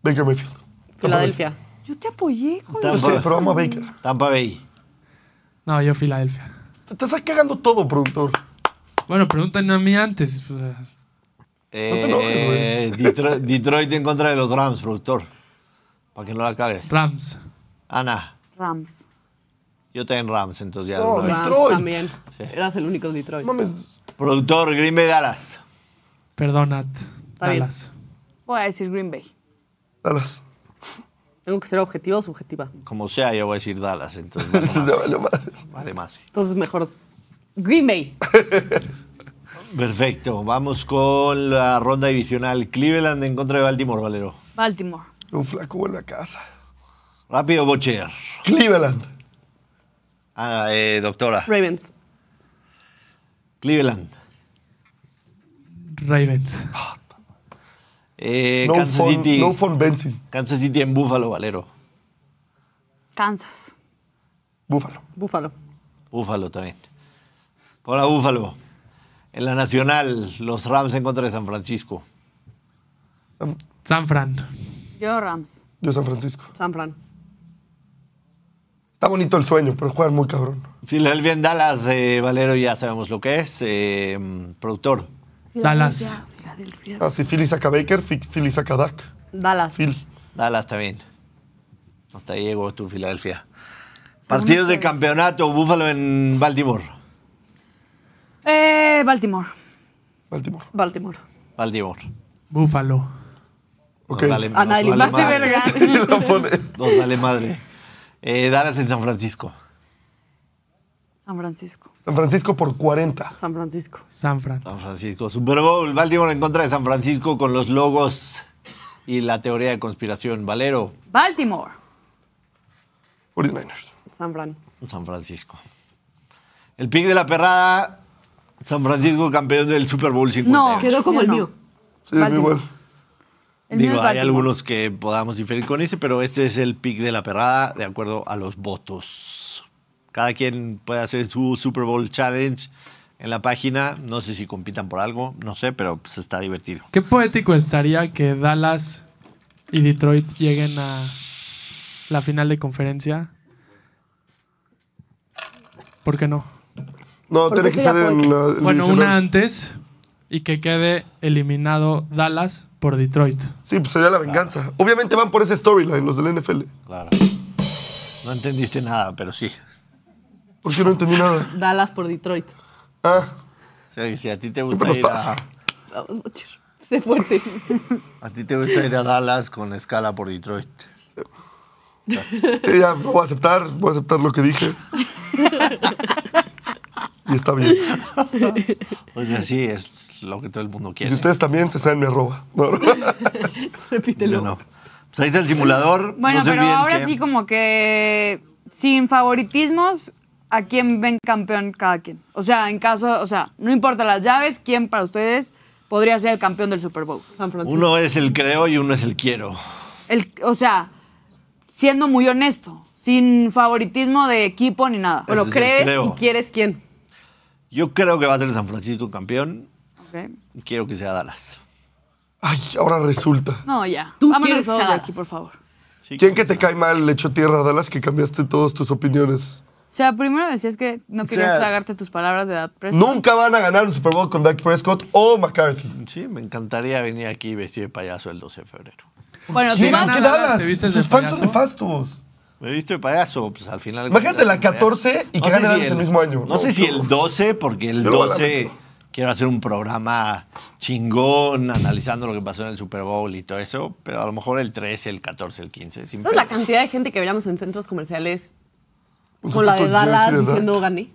S2: Baker Mayfield.
S3: Filadelfia.
S4: Yo te apoyé con
S2: Pues Yo sé, pero
S1: Tampa,
S2: amo a Baker.
S1: Tampa Bay.
S6: No, yo Filadelfia.
S2: Te estás cagando todo, productor.
S6: Bueno, pregúntenme a mí antes. pues,
S1: Eh,
S2: enojes, güey.
S1: Detroit, Detroit en contra de los Rams, productor. Para que no la cagues.
S6: Rams.
S1: Ana,
S4: Rams.
S1: yo también Rams, entonces ya. de
S2: No,
S1: una vez.
S3: Rams
S2: Detroit.
S3: también. Eras el único Detroit.
S2: Mames.
S1: Productor, Green Bay, Dallas.
S6: Perdón, Nat.
S3: bien.
S6: Dallas.
S4: Voy a decir Green Bay.
S2: Dallas.
S3: Tengo que ser objetivo o subjetiva.
S1: Como sea, yo voy a decir Dallas, entonces
S2: Eso ya valió madre.
S1: además.
S3: Entonces mejor Green Bay.
S1: Perfecto, vamos con la ronda divisional. Cleveland en contra de Baltimore, Valero.
S4: Baltimore.
S2: Un flaco vuelve a casa.
S1: Rápido, Bocher.
S2: Cleveland.
S1: Ah, eh, doctora.
S3: Ravens.
S1: Cleveland.
S6: Ravens.
S1: Eh,
S2: No
S1: Kansas
S2: fun,
S1: City.
S2: no fun Benzi.
S1: Kansas City en Búfalo, Valero.
S4: Kansas.
S2: Búfalo.
S3: Búfalo.
S1: Búfalo también. Hola, Búfalo. En la nacional, los Rams en contra de San Francisco.
S2: San-
S6: San Fran.
S4: Yo Rams.
S2: Yo San Francisco.
S3: San Fran.
S2: Está bonito el sueño, pero juegan muy cabrón.
S1: Filadelfia en Dallas, eh, Valero, ya sabemos lo que es. eh, mm, productor.
S6: Dallas.
S4: Filadelfia.
S2: Ah, sí, Philly saca Baker, Fi- Philly saca Dak.
S3: Dallas.
S2: Phil.
S1: Dallas también. Hasta ahí llegó tu Filadelfia. Partidos de campeonato, Búfalo en Baltimore.
S4: Eh, Baltimore.
S2: Baltimore.
S3: Baltimore.
S1: Baltimore.
S6: Búfalo.
S2: Ok.
S1: Nos vale,
S3: Ana,
S1: nos vale
S3: elimínate,
S1: madre.
S4: verga.
S2: La pone.
S1: Nos vale madre. Eh, Dallas en San Francisco.
S4: San Francisco.
S2: San Francisco por 40.
S3: San Francisco.
S6: San Fran.
S1: San Francisco. Super Bowl. Baltimore en contra de San Francisco con los logos y la teoría de conspiración. Valero,
S4: Baltimore.
S2: 49ers.
S3: San Fran.
S1: San Francisco. El pick de la perrada. San Francisco campeón del Super Bowl 50.
S4: No.
S3: Quedó como
S4: Yo
S3: el
S4: no.
S3: mío.
S2: Sí, es
S4: Baltimore.
S2: igual.
S4: El mío
S1: Digo,
S4: es
S1: hay
S4: Baltimore.
S1: algunos que podamos diferir con ese, pero este es el pick de la perrada de acuerdo a los votos. Cada quien puede hacer su Super Bowl Challenge en la página. No sé si compitan por algo, no sé, pero pues está divertido.
S6: Qué poético estaría que Dallas y Detroit lleguen a la final de conferencia. ¿Por qué no?
S2: No, tiene que
S3: sí
S2: ser en la. el
S6: Bueno,
S2: divisional.
S6: una antes y que quede eliminado Dallas por Detroit.
S2: Sí, pues sería la venganza. Obviamente van por ese storyline, los del NFL.
S1: Claro. No entendiste nada, pero sí.
S2: Porque no entendí nada.
S3: Dallas por Detroit.
S2: Ah,
S1: O sea, que si a ti te gusta
S2: Siempre nos
S1: ir a,
S2: pasa.
S3: Vamos, Bocher. Sé fuerte.
S1: a ti te gusta ir a Dallas con escala por Detroit.
S2: sí, ya voy a aceptar, voy a aceptar lo que dije. y está bien.
S1: O sea, sí, Pues es lo que todo el mundo
S2: Y
S1: quiere.
S2: si ustedes también se saben, me roba. No, no.
S1: Yo
S3: Repítelo.
S1: no. Pues ahí está el simulador.
S4: Bueno,
S1: No se
S4: pero
S1: olviden
S4: ahora
S1: que-
S4: sí como que sin favoritismos, a quién ven campeón cada quien. O sea, en caso, o sea, no importa las llaves, quién para ustedes podría ser el campeón del Super Bowl.
S3: San Francisco.
S1: Uno es el creo y uno es el quiero.
S4: El, o sea, siendo muy honesto, sin favoritismo de equipo ni nada.
S3: Bueno,
S1: Ese es el
S3: crees
S1: creo.
S3: y quieres quién.
S1: Yo creo que va a ser San Francisco campeón.
S4: Ok.
S1: Quiero que sea Dallas.
S2: Ay, ahora resulta.
S4: No, ya.
S3: Tú
S4: Vámonos
S3: quieres
S4: todos de
S3: saladas.
S4: aquí, por favor.
S1: Sí,
S2: ¿Quién que
S1: creo
S2: te cae mal le echó tierra a Dallas que cambiaste todas tus opiniones?
S4: O sea, primero decías que no querías
S2: sea,
S4: tragarte tus palabras de edad presente.
S2: Nunca van a ganar un Super Bowl con Dak Prescott o McCarthy.
S1: Sí, me encantaría venir aquí vestido de payaso el 12 de febrero.
S4: Bueno, tú
S2: Sí,
S4: vas
S6: van
S2: ¿qué
S6: a
S4: ganando.
S6: Dallas,
S2: Dallas?
S6: ¿te viste el
S2: Sus
S6: de
S2: fans son
S6: payaso?
S2: nefastos.
S1: Me he visto de payaso, pues al final.
S2: Imagínate la 14 y que gane Dallas el mismo año.
S1: No,
S2: No,
S1: sé si
S2: no.
S1: el 12, porque el
S2: Yo lo
S1: 12
S2: lamento.
S1: quiero hacer un programa chingón analizando lo que pasó en el Super Bowl y todo eso, pero a lo mejor el 13, el 14, el 15. Sin
S3: ¿Sabes la
S1: pedos.
S3: cantidad de gente que veríamos en centros comerciales
S2: Pues
S3: con la de
S2: con jersey
S3: Dallas
S2: de Dak.
S3: diciendo gané?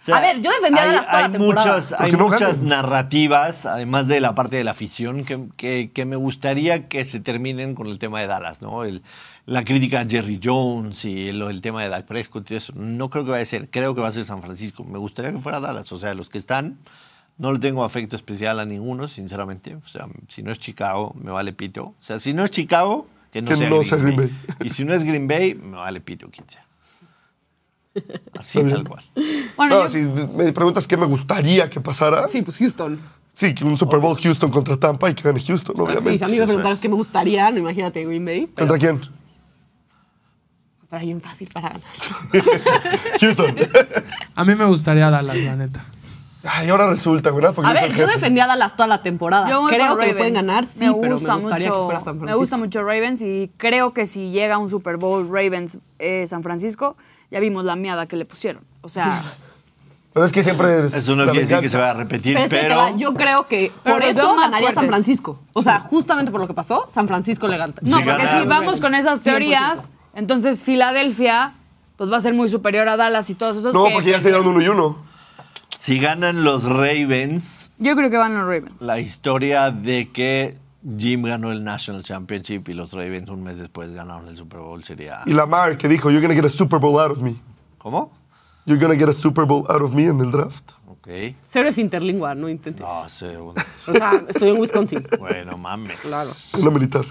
S1: O sea,
S3: A ver, yo defendí a
S1: hay,
S3: Dallas toda
S1: hay
S3: la temporada.
S1: muchas,
S2: Porque
S1: hay
S2: no
S1: muchas
S2: ganan.
S1: narrativas, además de la parte de la afición, que, que- que me gustaría que se terminen con el tema de Dallas, ¿no? El- la crítica a Jerry Jones y lo- el, tema de Dak Prescott y eso. No creo que vaya a ser, creo que va a ser San Francisco. Me gustaría que fuera Dallas, o sea, los que están, no le tengo afecto especial a ninguno, sinceramente. O sea, si no es Chicago, me vale pito. O sea, si no es Chicago, que no,
S2: Que
S1: sea,
S2: no
S1: Green
S2: sea Green
S1: Bay.
S2: Bay.
S1: Y si no es Green Bay, me vale pito quien sea. Así
S2: Está bien.
S1: tal cual.
S4: Bueno,
S2: No,
S4: yo-
S2: si me preguntas qué me gustaría que pasara,
S3: Sí,
S2: sí,
S3: pues Houston.
S2: que un Super Bowl Houston contra Tampa y que gane Houston,
S3: Ah, Sí,
S2: obviamente.
S3: si a mí me
S1: eso
S3: preguntaras
S1: es.
S3: qué me gustaría, no imagínate Green Bay. Pero
S2: ¿Contra quién?
S3: contra alguien fácil para ganar.
S2: Houston.
S6: A mí me gustaría Dallas, la neta.
S2: Ay, ahora resulta, ¿verdad? Porque
S3: A
S2: fue el
S3: ver, yo
S2: jefe.
S3: defendí a Dallas toda la temporada.
S4: yo voy
S3: creo que
S4: con
S3: lo
S4: Ravens.
S3: pueden ganar, sí, pero me gustaría que fuera San Francisco.
S4: Me gusta mucho Ravens y creo que si llega un Super Bowl Ravens eh, San Francisco, ya vimos la miada que le pusieron. O sea,
S2: Pero es que siempre es
S1: Eso no
S2: la
S1: quiere decir que
S2: venganza.
S1: se va a repetir,
S3: Pero
S1: pero,
S3: es que ahí te va, yo creo que
S4: Pero
S3: por
S4: los veo
S3: eso
S4: más
S3: ganaría San
S4: fuertes.
S3: Francisco. O sea, justamente por lo que pasó, San Francisco le gana.
S4: no,
S1: Sí,
S4: porque
S1: ganaron.
S4: si vamos con esas
S3: 100%.
S4: teorías, entonces Filadelfia pues va a ser muy superior a Dallas y todos esos
S2: No,
S4: que-
S2: porque ya se dieron uno y uno.
S1: si ganan los Ravens,
S4: Yo creo que van los Ravens.
S1: la historia de que Jim ganó el National Championship y los Ravens un mes después ganaron el Super Bowl sería...
S2: Y Lamar que dijo, you're gonna get a Super Bowl out of me.
S1: ¿Cómo?
S2: You're gonna get a Super Bowl out of me en el draft.
S1: Ok.
S3: Cero es interlingua, no intentes.
S1: No sé. un-
S3: O sea, estoy en Wisconsin,
S1: Bueno, mames.
S3: Claro.
S2: Una militar.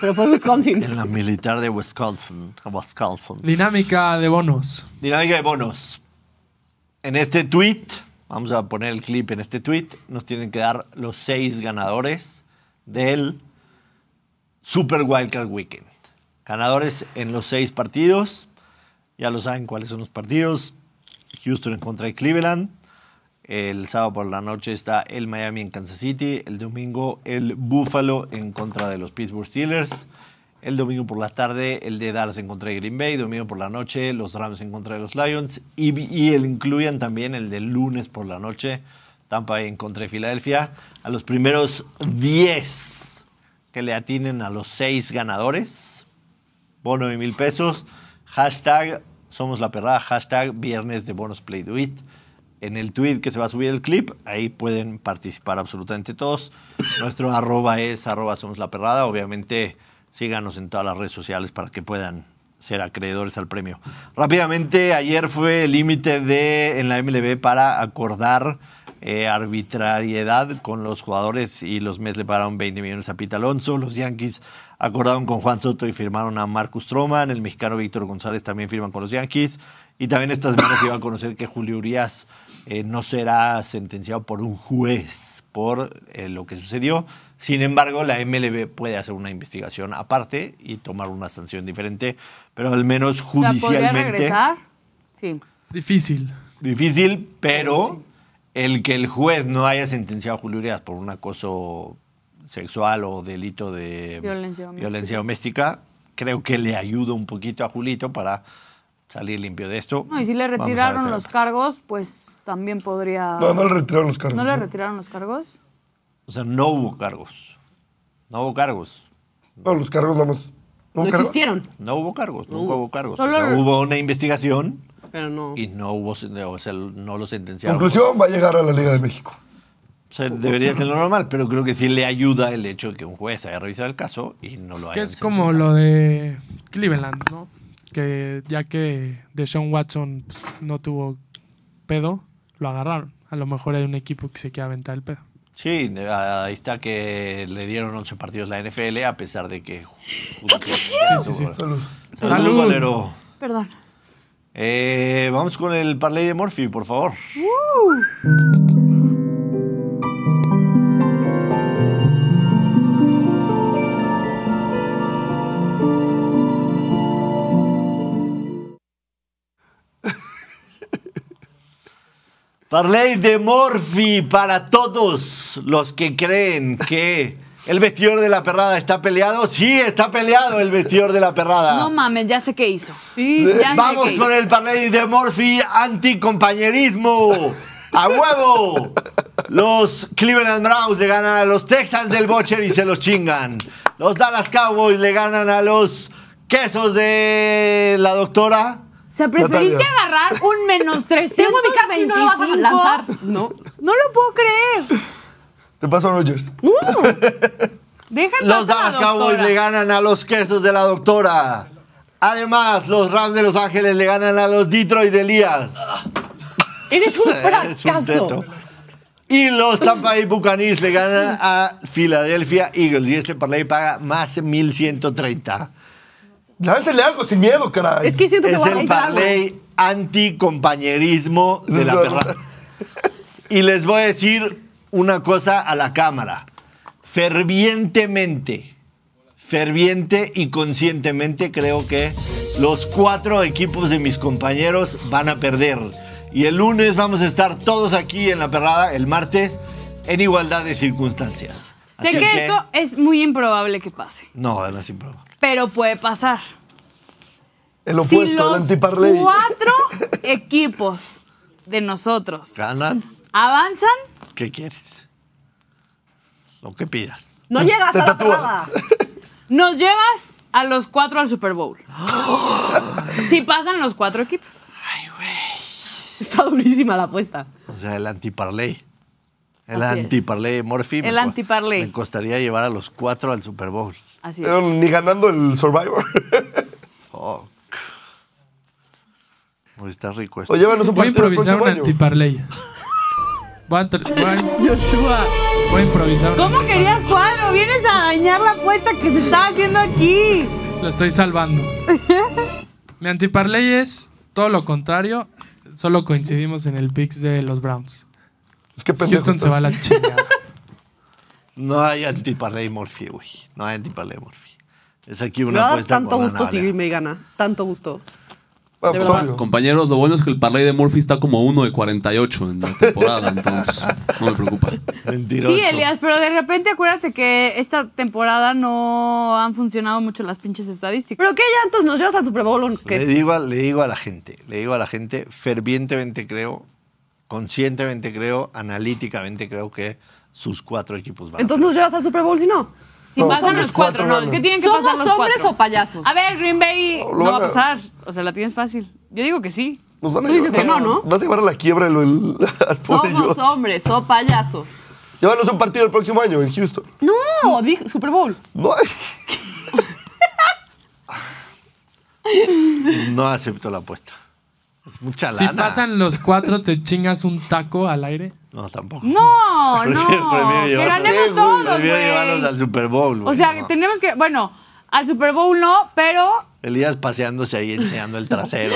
S3: pero fue Wisconsin.
S1: En la militar de Wisconsin. Wisconsin.
S6: Dinámica de bonos.
S1: Dinámica de bonos. En este tweet, vamos a poner el clip en este tweet, nos tienen que dar los seis ganadores del Super Wildcard Weekend. Ganadores en los seis partidos. Ya lo saben cuáles son los partidos. Houston en contra de Cleveland. El sábado por la noche está el Miami en Kansas City. El domingo el Buffalo en contra de los Pittsburgh Steelers. El domingo por la tarde el de Dallas en contra de Green Bay. Domingo por la noche los Rams en contra de los Lions. Y, y el incluyan también el de lunes por la noche Tampa Bay en contra de Filadelfia. A los primeros 10 que le atinen a los 6 ganadores. Bono de mil pesos. Hashtag somos la perrada. Hashtag viernes de bonos play do it. En el tweet que se va a subir el clip, ahí pueden participar absolutamente todos. Nuestro arroba es arroba somos la perrada. Obviamente síganos en todas las redes sociales para que puedan ser acreedores al premio. Rápidamente, ayer fue el límite de en la MLB para acordar eh, arbitrariedad con los jugadores y los Mets le pagaron 20 millones a Pete Alonso. Los Yankees acordaron con Juan Soto y firmaron a Marcus Stroman. El mexicano Víctor González también firman con los Yankees. Y también esta semana se iba a conocer que Julio Urias eh, no será sentenciado por un juez por eh, lo que sucedió. Sin embargo, la MLB puede hacer una investigación aparte y tomar una sanción diferente, pero al menos
S4: O sea, ¿podría
S1: judicialmente
S4: regresar? Sí.
S6: Difícil.
S1: difícil, pero el que el juez no haya sentenciado a Julio Urias por un acoso sexual o delito de
S4: Violencia doméstica.
S1: violencia doméstica, creo que le ayuda un poquito a Julito para salir limpio de esto.
S4: No, y si le
S1: Vamos a ver
S4: retiraron
S1: qué
S4: los
S1: pasa.
S4: cargos, pues también
S3: Ah.
S4: podría...
S2: No, no le retiraron los cargos.
S4: ¿No le retiraron los cargos?
S1: O sea, no hubo cargos. No hubo cargos.
S2: No, los cargos nada más.
S3: No
S2: cargos.
S3: existieron,
S1: No hubo cargos. Nunca hubo cargos.
S4: Solo
S1: O sea,
S4: el-
S1: hubo una investigación
S3: pero no.
S1: y no hubo, o sea, no lo sentenciaron.
S2: Conclusión, va a llegar a la Liga de México.
S1: O sea, debería ser lo normal, pero creo que sí le ayuda el hecho de que un juez haya revisado el caso y no lo haya
S6: Que es como lo de Cleveland, ¿no? que ya que Deshaun Watson pues, no tuvo pedo, lo agarraron. A lo mejor hay un equipo que se quiera aventar el pedo.
S1: Sí, de- ahí está que le dieron 11 partidos la NFL a pesar de que... justo-
S6: Sí, sí, sí.
S2: Salud.
S1: Salud,
S6: Salud.
S1: Valero.
S4: Perdón.
S1: Eh, vamos con el parlay de Murphy, por favor. Parley de Morphy para todos los que creen que el vestidor de la perrada está peleado. Sí, está peleado el vestidor de la perrada.
S4: No mames, ya sé qué hizo.
S3: Sí,
S4: Ya sé
S1: Ah. Vamos
S4: qué hizo.
S1: con el parlay de Morphy anticompañerismo. ¡A huevo! Los Cleveland Browns le ganan a los Texans del Bocher y se los chingan. Los Dallas Cowboys le ganan a los quesos de la doctora.
S4: O sea, preferiste
S2: Natalia.
S4: agarrar un menos 325.
S3: no lo vas a lanzar. No.
S4: No lo puedo creer.
S2: Te paso a Rogers.
S4: Deja en
S1: Los
S4: paz a la
S1: Dallas Cowboys
S4: doctora.
S1: le ganan a los quesos de la doctora. Además, los Rams de Los Ángeles le ganan a los Detroit de Elías.
S3: Eres un
S1: Es un
S3: fracaso.
S1: teto. Y los Tampa Bay Buccaneers le ganan a Philadelphia Eagles. Y este parlay paga más 1130.
S2: Láncenle algo sin miedo, caray.
S3: Es que siento que
S1: Es
S3: voy a
S1: el
S3: lanzar algo.
S1: parlay anticompañerismo de la perra. Y les voy a decir una cosa a la cámara. Fervientemente, ferviente y conscientemente creo que los cuatro equipos de mis compañeros van a perder. Y el lunes vamos a estar todos aquí en la perrada, el martes, en igualdad de circunstancias.
S4: Sé
S1: Así
S4: que, esto es muy improbable que pase,
S1: No, no es improbable.
S4: pero puede pasar.
S2: El opuesto,
S4: si
S2: el
S4: los
S2: antiparley.
S4: cuatro equipos de nosotros
S1: ¿Ganan?
S4: avanzan,
S1: ¿Qué quieres? Lo que pidas.
S3: No llegas
S2: Te
S3: a la
S2: tatúas.
S3: parada.
S4: nos llevas a los cuatro al Super Bowl. si pasan los cuatro equipos.
S3: Está durísima la apuesta.
S1: O sea, el antiparley. El
S4: Así es.
S1: antiparley de Murphy. me
S4: El
S1: co-
S4: antiparley.
S1: Me costaría llevar a los cuatro al Super Bowl.
S4: Así es.
S2: Pero Ni ganando el Survivor.
S1: Fuck. Oh, Uy, está rico esto.
S2: o llévanos un
S6: Voy a
S2: partido el
S6: improvisar
S2: próximo
S6: un
S2: año.
S6: antiparley. Voy a, tra- voy a- voy a improvisar. un
S4: ¿Cómo querías cuadro? Vienes a dañar la apuesta que se está haciendo aquí.
S6: Lo estoy salvando. Mi antiparley es todo lo contrario. Solo coincidimos en el picks de los Browns.
S2: Es que pendejo.
S6: Houston se
S2: estás.
S6: va a la chingada.
S1: No hay antiparley Murphy, güey. No hay antiparley Murphy. Es aquí
S3: Me
S1: una
S3: va a dar
S1: apuesta
S3: tanto
S1: con la
S3: gusto si
S1: navaja.
S3: me gana. Tanto gusto.
S2: Ah,
S3: De
S2: pues,
S3: verdad.
S2: obvio.
S7: Compañeros, lo bueno es que el parlay de Murphy está como 1 de 48 en la temporada, entonces no me preocupa.
S1: Mentiroso.
S4: Sí, Elias, pero de repente acuérdate que esta temporada no han funcionado mucho las pinches estadísticas.
S3: ¿Pero qué ya entonces nos llevas al Super Bowl o
S1: Le
S3: qué?
S1: digo, a, le digo a la gente, le digo a la gente, fervientemente creo, conscientemente creo, analíticamente creo que sus cuatro equipos van a
S3: Entonces nos llevas al Super Bowl si no.
S4: Si
S2: No,
S4: pasan
S2: son
S4: los
S2: los
S4: cuatro,
S2: cuatro,
S4: no, es
S2: ganan.
S4: que tienen que
S3: ¿Somos
S4: pasar los
S3: hombres
S4: cuatro.
S3: o payasos?
S4: A ver, Green Bay
S2: No,
S4: no,
S2: lo
S4: va a
S2: van a-
S4: pasar. O sea, la tienes fácil. Yo digo que sí.
S2: Nos van a
S3: Tú dices
S2: llevar-
S3: que no, ¿no?
S2: Vas a llevar a la quiebra el. el a todo
S3: Somos
S1: Pues
S2: ellos.
S3: hombres o payasos.
S2: Llévanos un partido el próximo año en Houston.
S3: No, dije Super Bowl.
S2: No hay.
S1: No acepto la apuesta. Es mucha
S6: Si
S1: lana.
S6: pasan los cuatro, te chingas un taco al aire.
S1: No, tampoco.
S4: No,
S1: Prefiero-
S4: no.
S1: prefiero
S4: que
S1: llevarlos-
S4: ganemos todos,
S1: Prefiero llevarlos
S4: güey.
S1: al Super Bowl.
S4: O
S1: güey,
S4: sea,
S1: no.
S4: tenemos que. Bueno, al Super Bowl no, pero.
S1: Elías paseándose ahí enseñando el trasero.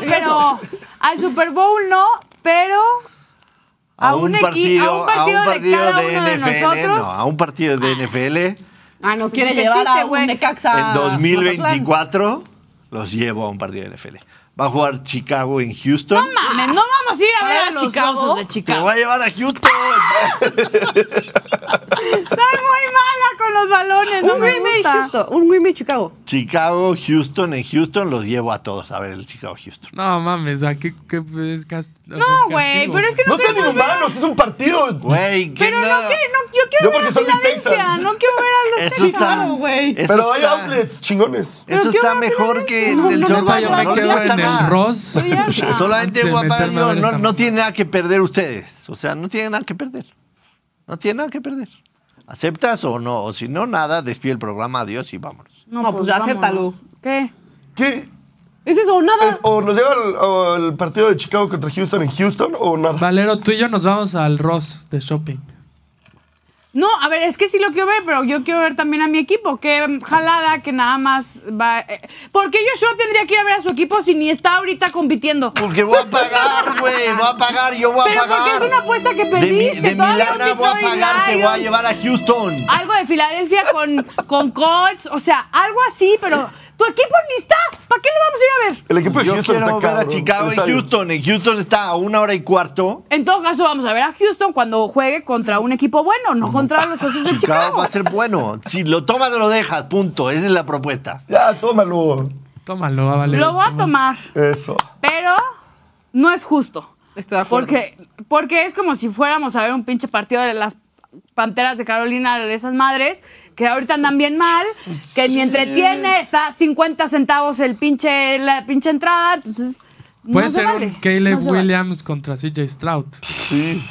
S4: pero. Al Super Bowl no, pero. a un equi- a un partido de cada uno de
S1: NFL,
S4: nosotros.
S1: No, a un partido de NFL
S3: Ah, nos quiere
S4: qué
S3: llevar
S4: Pues chiste,
S3: a un
S4: güey.
S3: Necaxa.
S1: en 2024 los llevo a un partido de NFL. Va a jugar Chicago en Houston.
S4: Mames, no vamos a ir a ver a
S3: ¿A
S4: los
S3: Chicago?
S4: osos de
S1: Te
S4: Chicago.
S1: voy a llevar a Houston.
S4: Soy muy mala con los balones, no
S3: Un
S4: me
S3: Green Bay
S4: gusta.
S3: Houston, un Green Bay Chicago.
S1: Chicago, Houston, en Houston los llevo a todos a ver el Chicago Houston.
S6: No mames, ¿a qué, qué es cast- o sea, es
S4: No, güey,
S6: castigo?
S4: pero es que no,
S2: No son
S4: tenemos-
S2: inhumanos, es un partido.
S1: Güey, ¿qué
S4: Pero no,
S1: nada?
S4: que, no, yo quiero
S2: Yo
S4: ver a
S2: porque son mis
S4: Filadelfia,
S2: Texans.
S4: no quiero ver a los
S1: Eso está,
S4: Texans.
S3: güey.
S1: eso
S2: Pero hay
S1: está-
S2: outlets chingones.
S4: Pero
S1: Eso
S4: qué
S1: está
S4: va a tener
S1: mejor que el del
S6: Neta,
S1: Survivor.
S6: yo me
S1: no le
S6: quedo
S1: cuesta
S6: en
S1: nada.
S6: el Ross.
S4: Estoy harta.
S1: Solamente
S6: Se
S1: guapa,
S6: meterme a
S1: digo,
S6: ver
S1: no,
S6: esa
S1: no
S6: madre.
S1: tiene nada que perder ustedes. O sea, no tienen nada que perder. No tienen nada que perder. ¿Aceptas o no? O si no, nada, despide el programa, adiós y vámonos.
S3: No, pues ya acéptalo.
S4: pues, ¿Qué?
S2: ¿Qué?
S3: ¿Es eso o nada?
S1: Pues,
S2: Es- o nos lleva al, al partido de Chicago contra Houston en Houston o nada.
S6: Valero, tú y yo nos vamos al Ross de shopping.
S4: No, a ver, es que sí lo quiero ver, pero yo quiero ver también a mi equipo. Qué jalada que nada más va. eh, ¿Por qué Joshua tendría que ir a ver a su equipo si ni está ahorita compitiendo?
S1: Porque voy a pagar, güey. Voy a pagar, yo voy a
S4: Pero
S1: pagar.
S4: porque es una apuesta
S1: de,
S4: que
S1: mi-
S4: perdiste.
S1: de
S4: todavía
S1: Milana
S4: no te
S1: voy a
S4: cae
S1: pagar, te voy a
S4: Lions.
S1: llevar a Houston.
S4: Algo de Filadelfia con, con Colts, o sea, algo así, pero tu equipo ni está. ¿Para qué lo vamos a ir a ver?
S2: El equipo de
S1: Yo
S2: Houston
S1: quiero
S2: está
S1: ver a
S2: cabrón.
S1: Chicago en
S2: Está bien.
S1: Houston. En Houston está a una hora y cuarto.
S4: En todo caso, vamos a ver a Houston cuando juegue contra un equipo bueno, no contra los Osos
S1: Chicago
S4: de Chicago.
S1: va a ser bueno. Si lo tomas o lo dejas, punto. Esa es la propuesta.
S2: Ya, tómalo.
S6: Tómalo, va, Valero.
S4: Lo voy a tomar,
S2: Eso.
S4: pero no es justo.
S1: oh,
S3: Estoy de acuerdo.
S4: Porque, porque es como si fuéramos a ver un pinche partido de las panteras de Carolina, de esas madres, que ahorita andan bien mal, que ni entretiene, está 50 centavos el pinche, la pinche entrada, entonces. no
S6: Puede
S4: se
S6: ser
S4: vale,
S6: un Caleb
S4: no se vale.
S6: Williams contra CJ Stroud.
S2: Sí.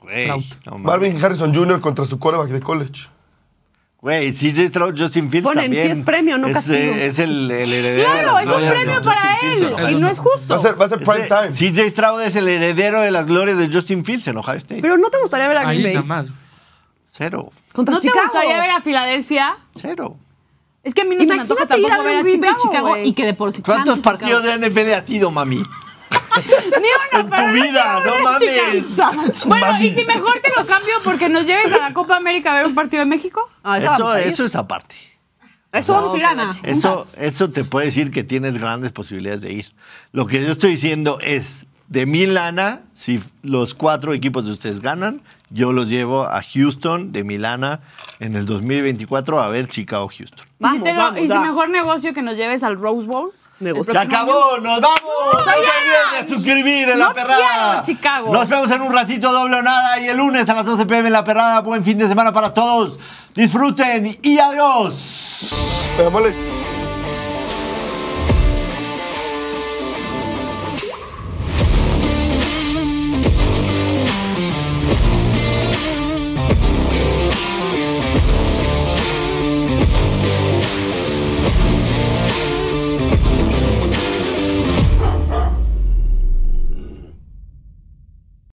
S1: Güey,
S6: Stroud.
S1: no mames.
S2: Marvin Harrison Jr. contra su quarterback de college.
S1: Güey, CJ Stroud, Justin Fields
S3: Ponen,
S1: también.
S3: sí es premio, no
S1: es,
S3: castigo.
S1: eh, es el, el heredero. de
S4: Claro,
S1: las
S4: es
S1: glorias
S4: un
S1: de
S4: premio
S1: Justin
S4: para
S1: Fields en
S4: él
S1: Ohio
S4: y no es justo.
S2: Va a ser, va a ser prime time.
S1: Ese- CJ Stroud es el heredero de las glorias de Justin Fields en Ohio State.
S3: Pero no te gustaría ver a
S6: Ahí
S3: Green
S6: nada
S3: Bay.
S6: más.
S1: Cero,
S3: Contra
S4: ¿No
S3: Chicago.
S4: te gustaría ver a Filadelfia?
S1: cero.
S4: Es que a mí no se me antoja
S8: Imagínate ir a ver
S4: tampoco ver a
S8: un Green Bay
S4: Chicago,
S8: Chicago
S4: güey.
S8: y que de por sí.
S1: ¿Cuántos
S8: chance,
S1: partidos
S8: Chicago-
S1: de NFL has sido, mami?
S4: Ni uno,
S1: En
S4: pero
S1: tu
S4: no
S1: vida,
S4: quiero
S1: no
S4: ver a
S1: mames.
S4: Chicago. Bueno, y si mejor te lo cambio porque nos lleves a la Copa América a ver un partido de México.
S3: Ah, esa
S1: Eso,
S3: vamos a ir.
S1: eso es aparte.
S8: Eso vamos a ir, Ana.
S1: Eso,
S8: juntas.
S1: eso te puede decir que tienes grandes posibilidades de ir. Lo que yo estoy diciendo es, de mi lana, si los cuatro equipos de ustedes ganan, yo los llevo a Houston de Milana en el 2024 a ver Chicago-Houston.
S4: y si,
S3: Vamos,
S4: te lo-
S3: vamos,
S4: y si
S3: ya.
S4: mejor negocio que nos lleves al Rose Bowl.
S3: Negocio.
S1: ¡Se acabó! ¡Nos vamos! ¡No se olviden de suscribir en La
S4: No
S1: Perrada!
S4: quiero Chicago.
S1: Nos vemos en un ratito doble o nada y el lunes a las 12 pm en La Perrada. Buen fin de semana para todos. Disfruten y adiós.
S2: Pero, mole,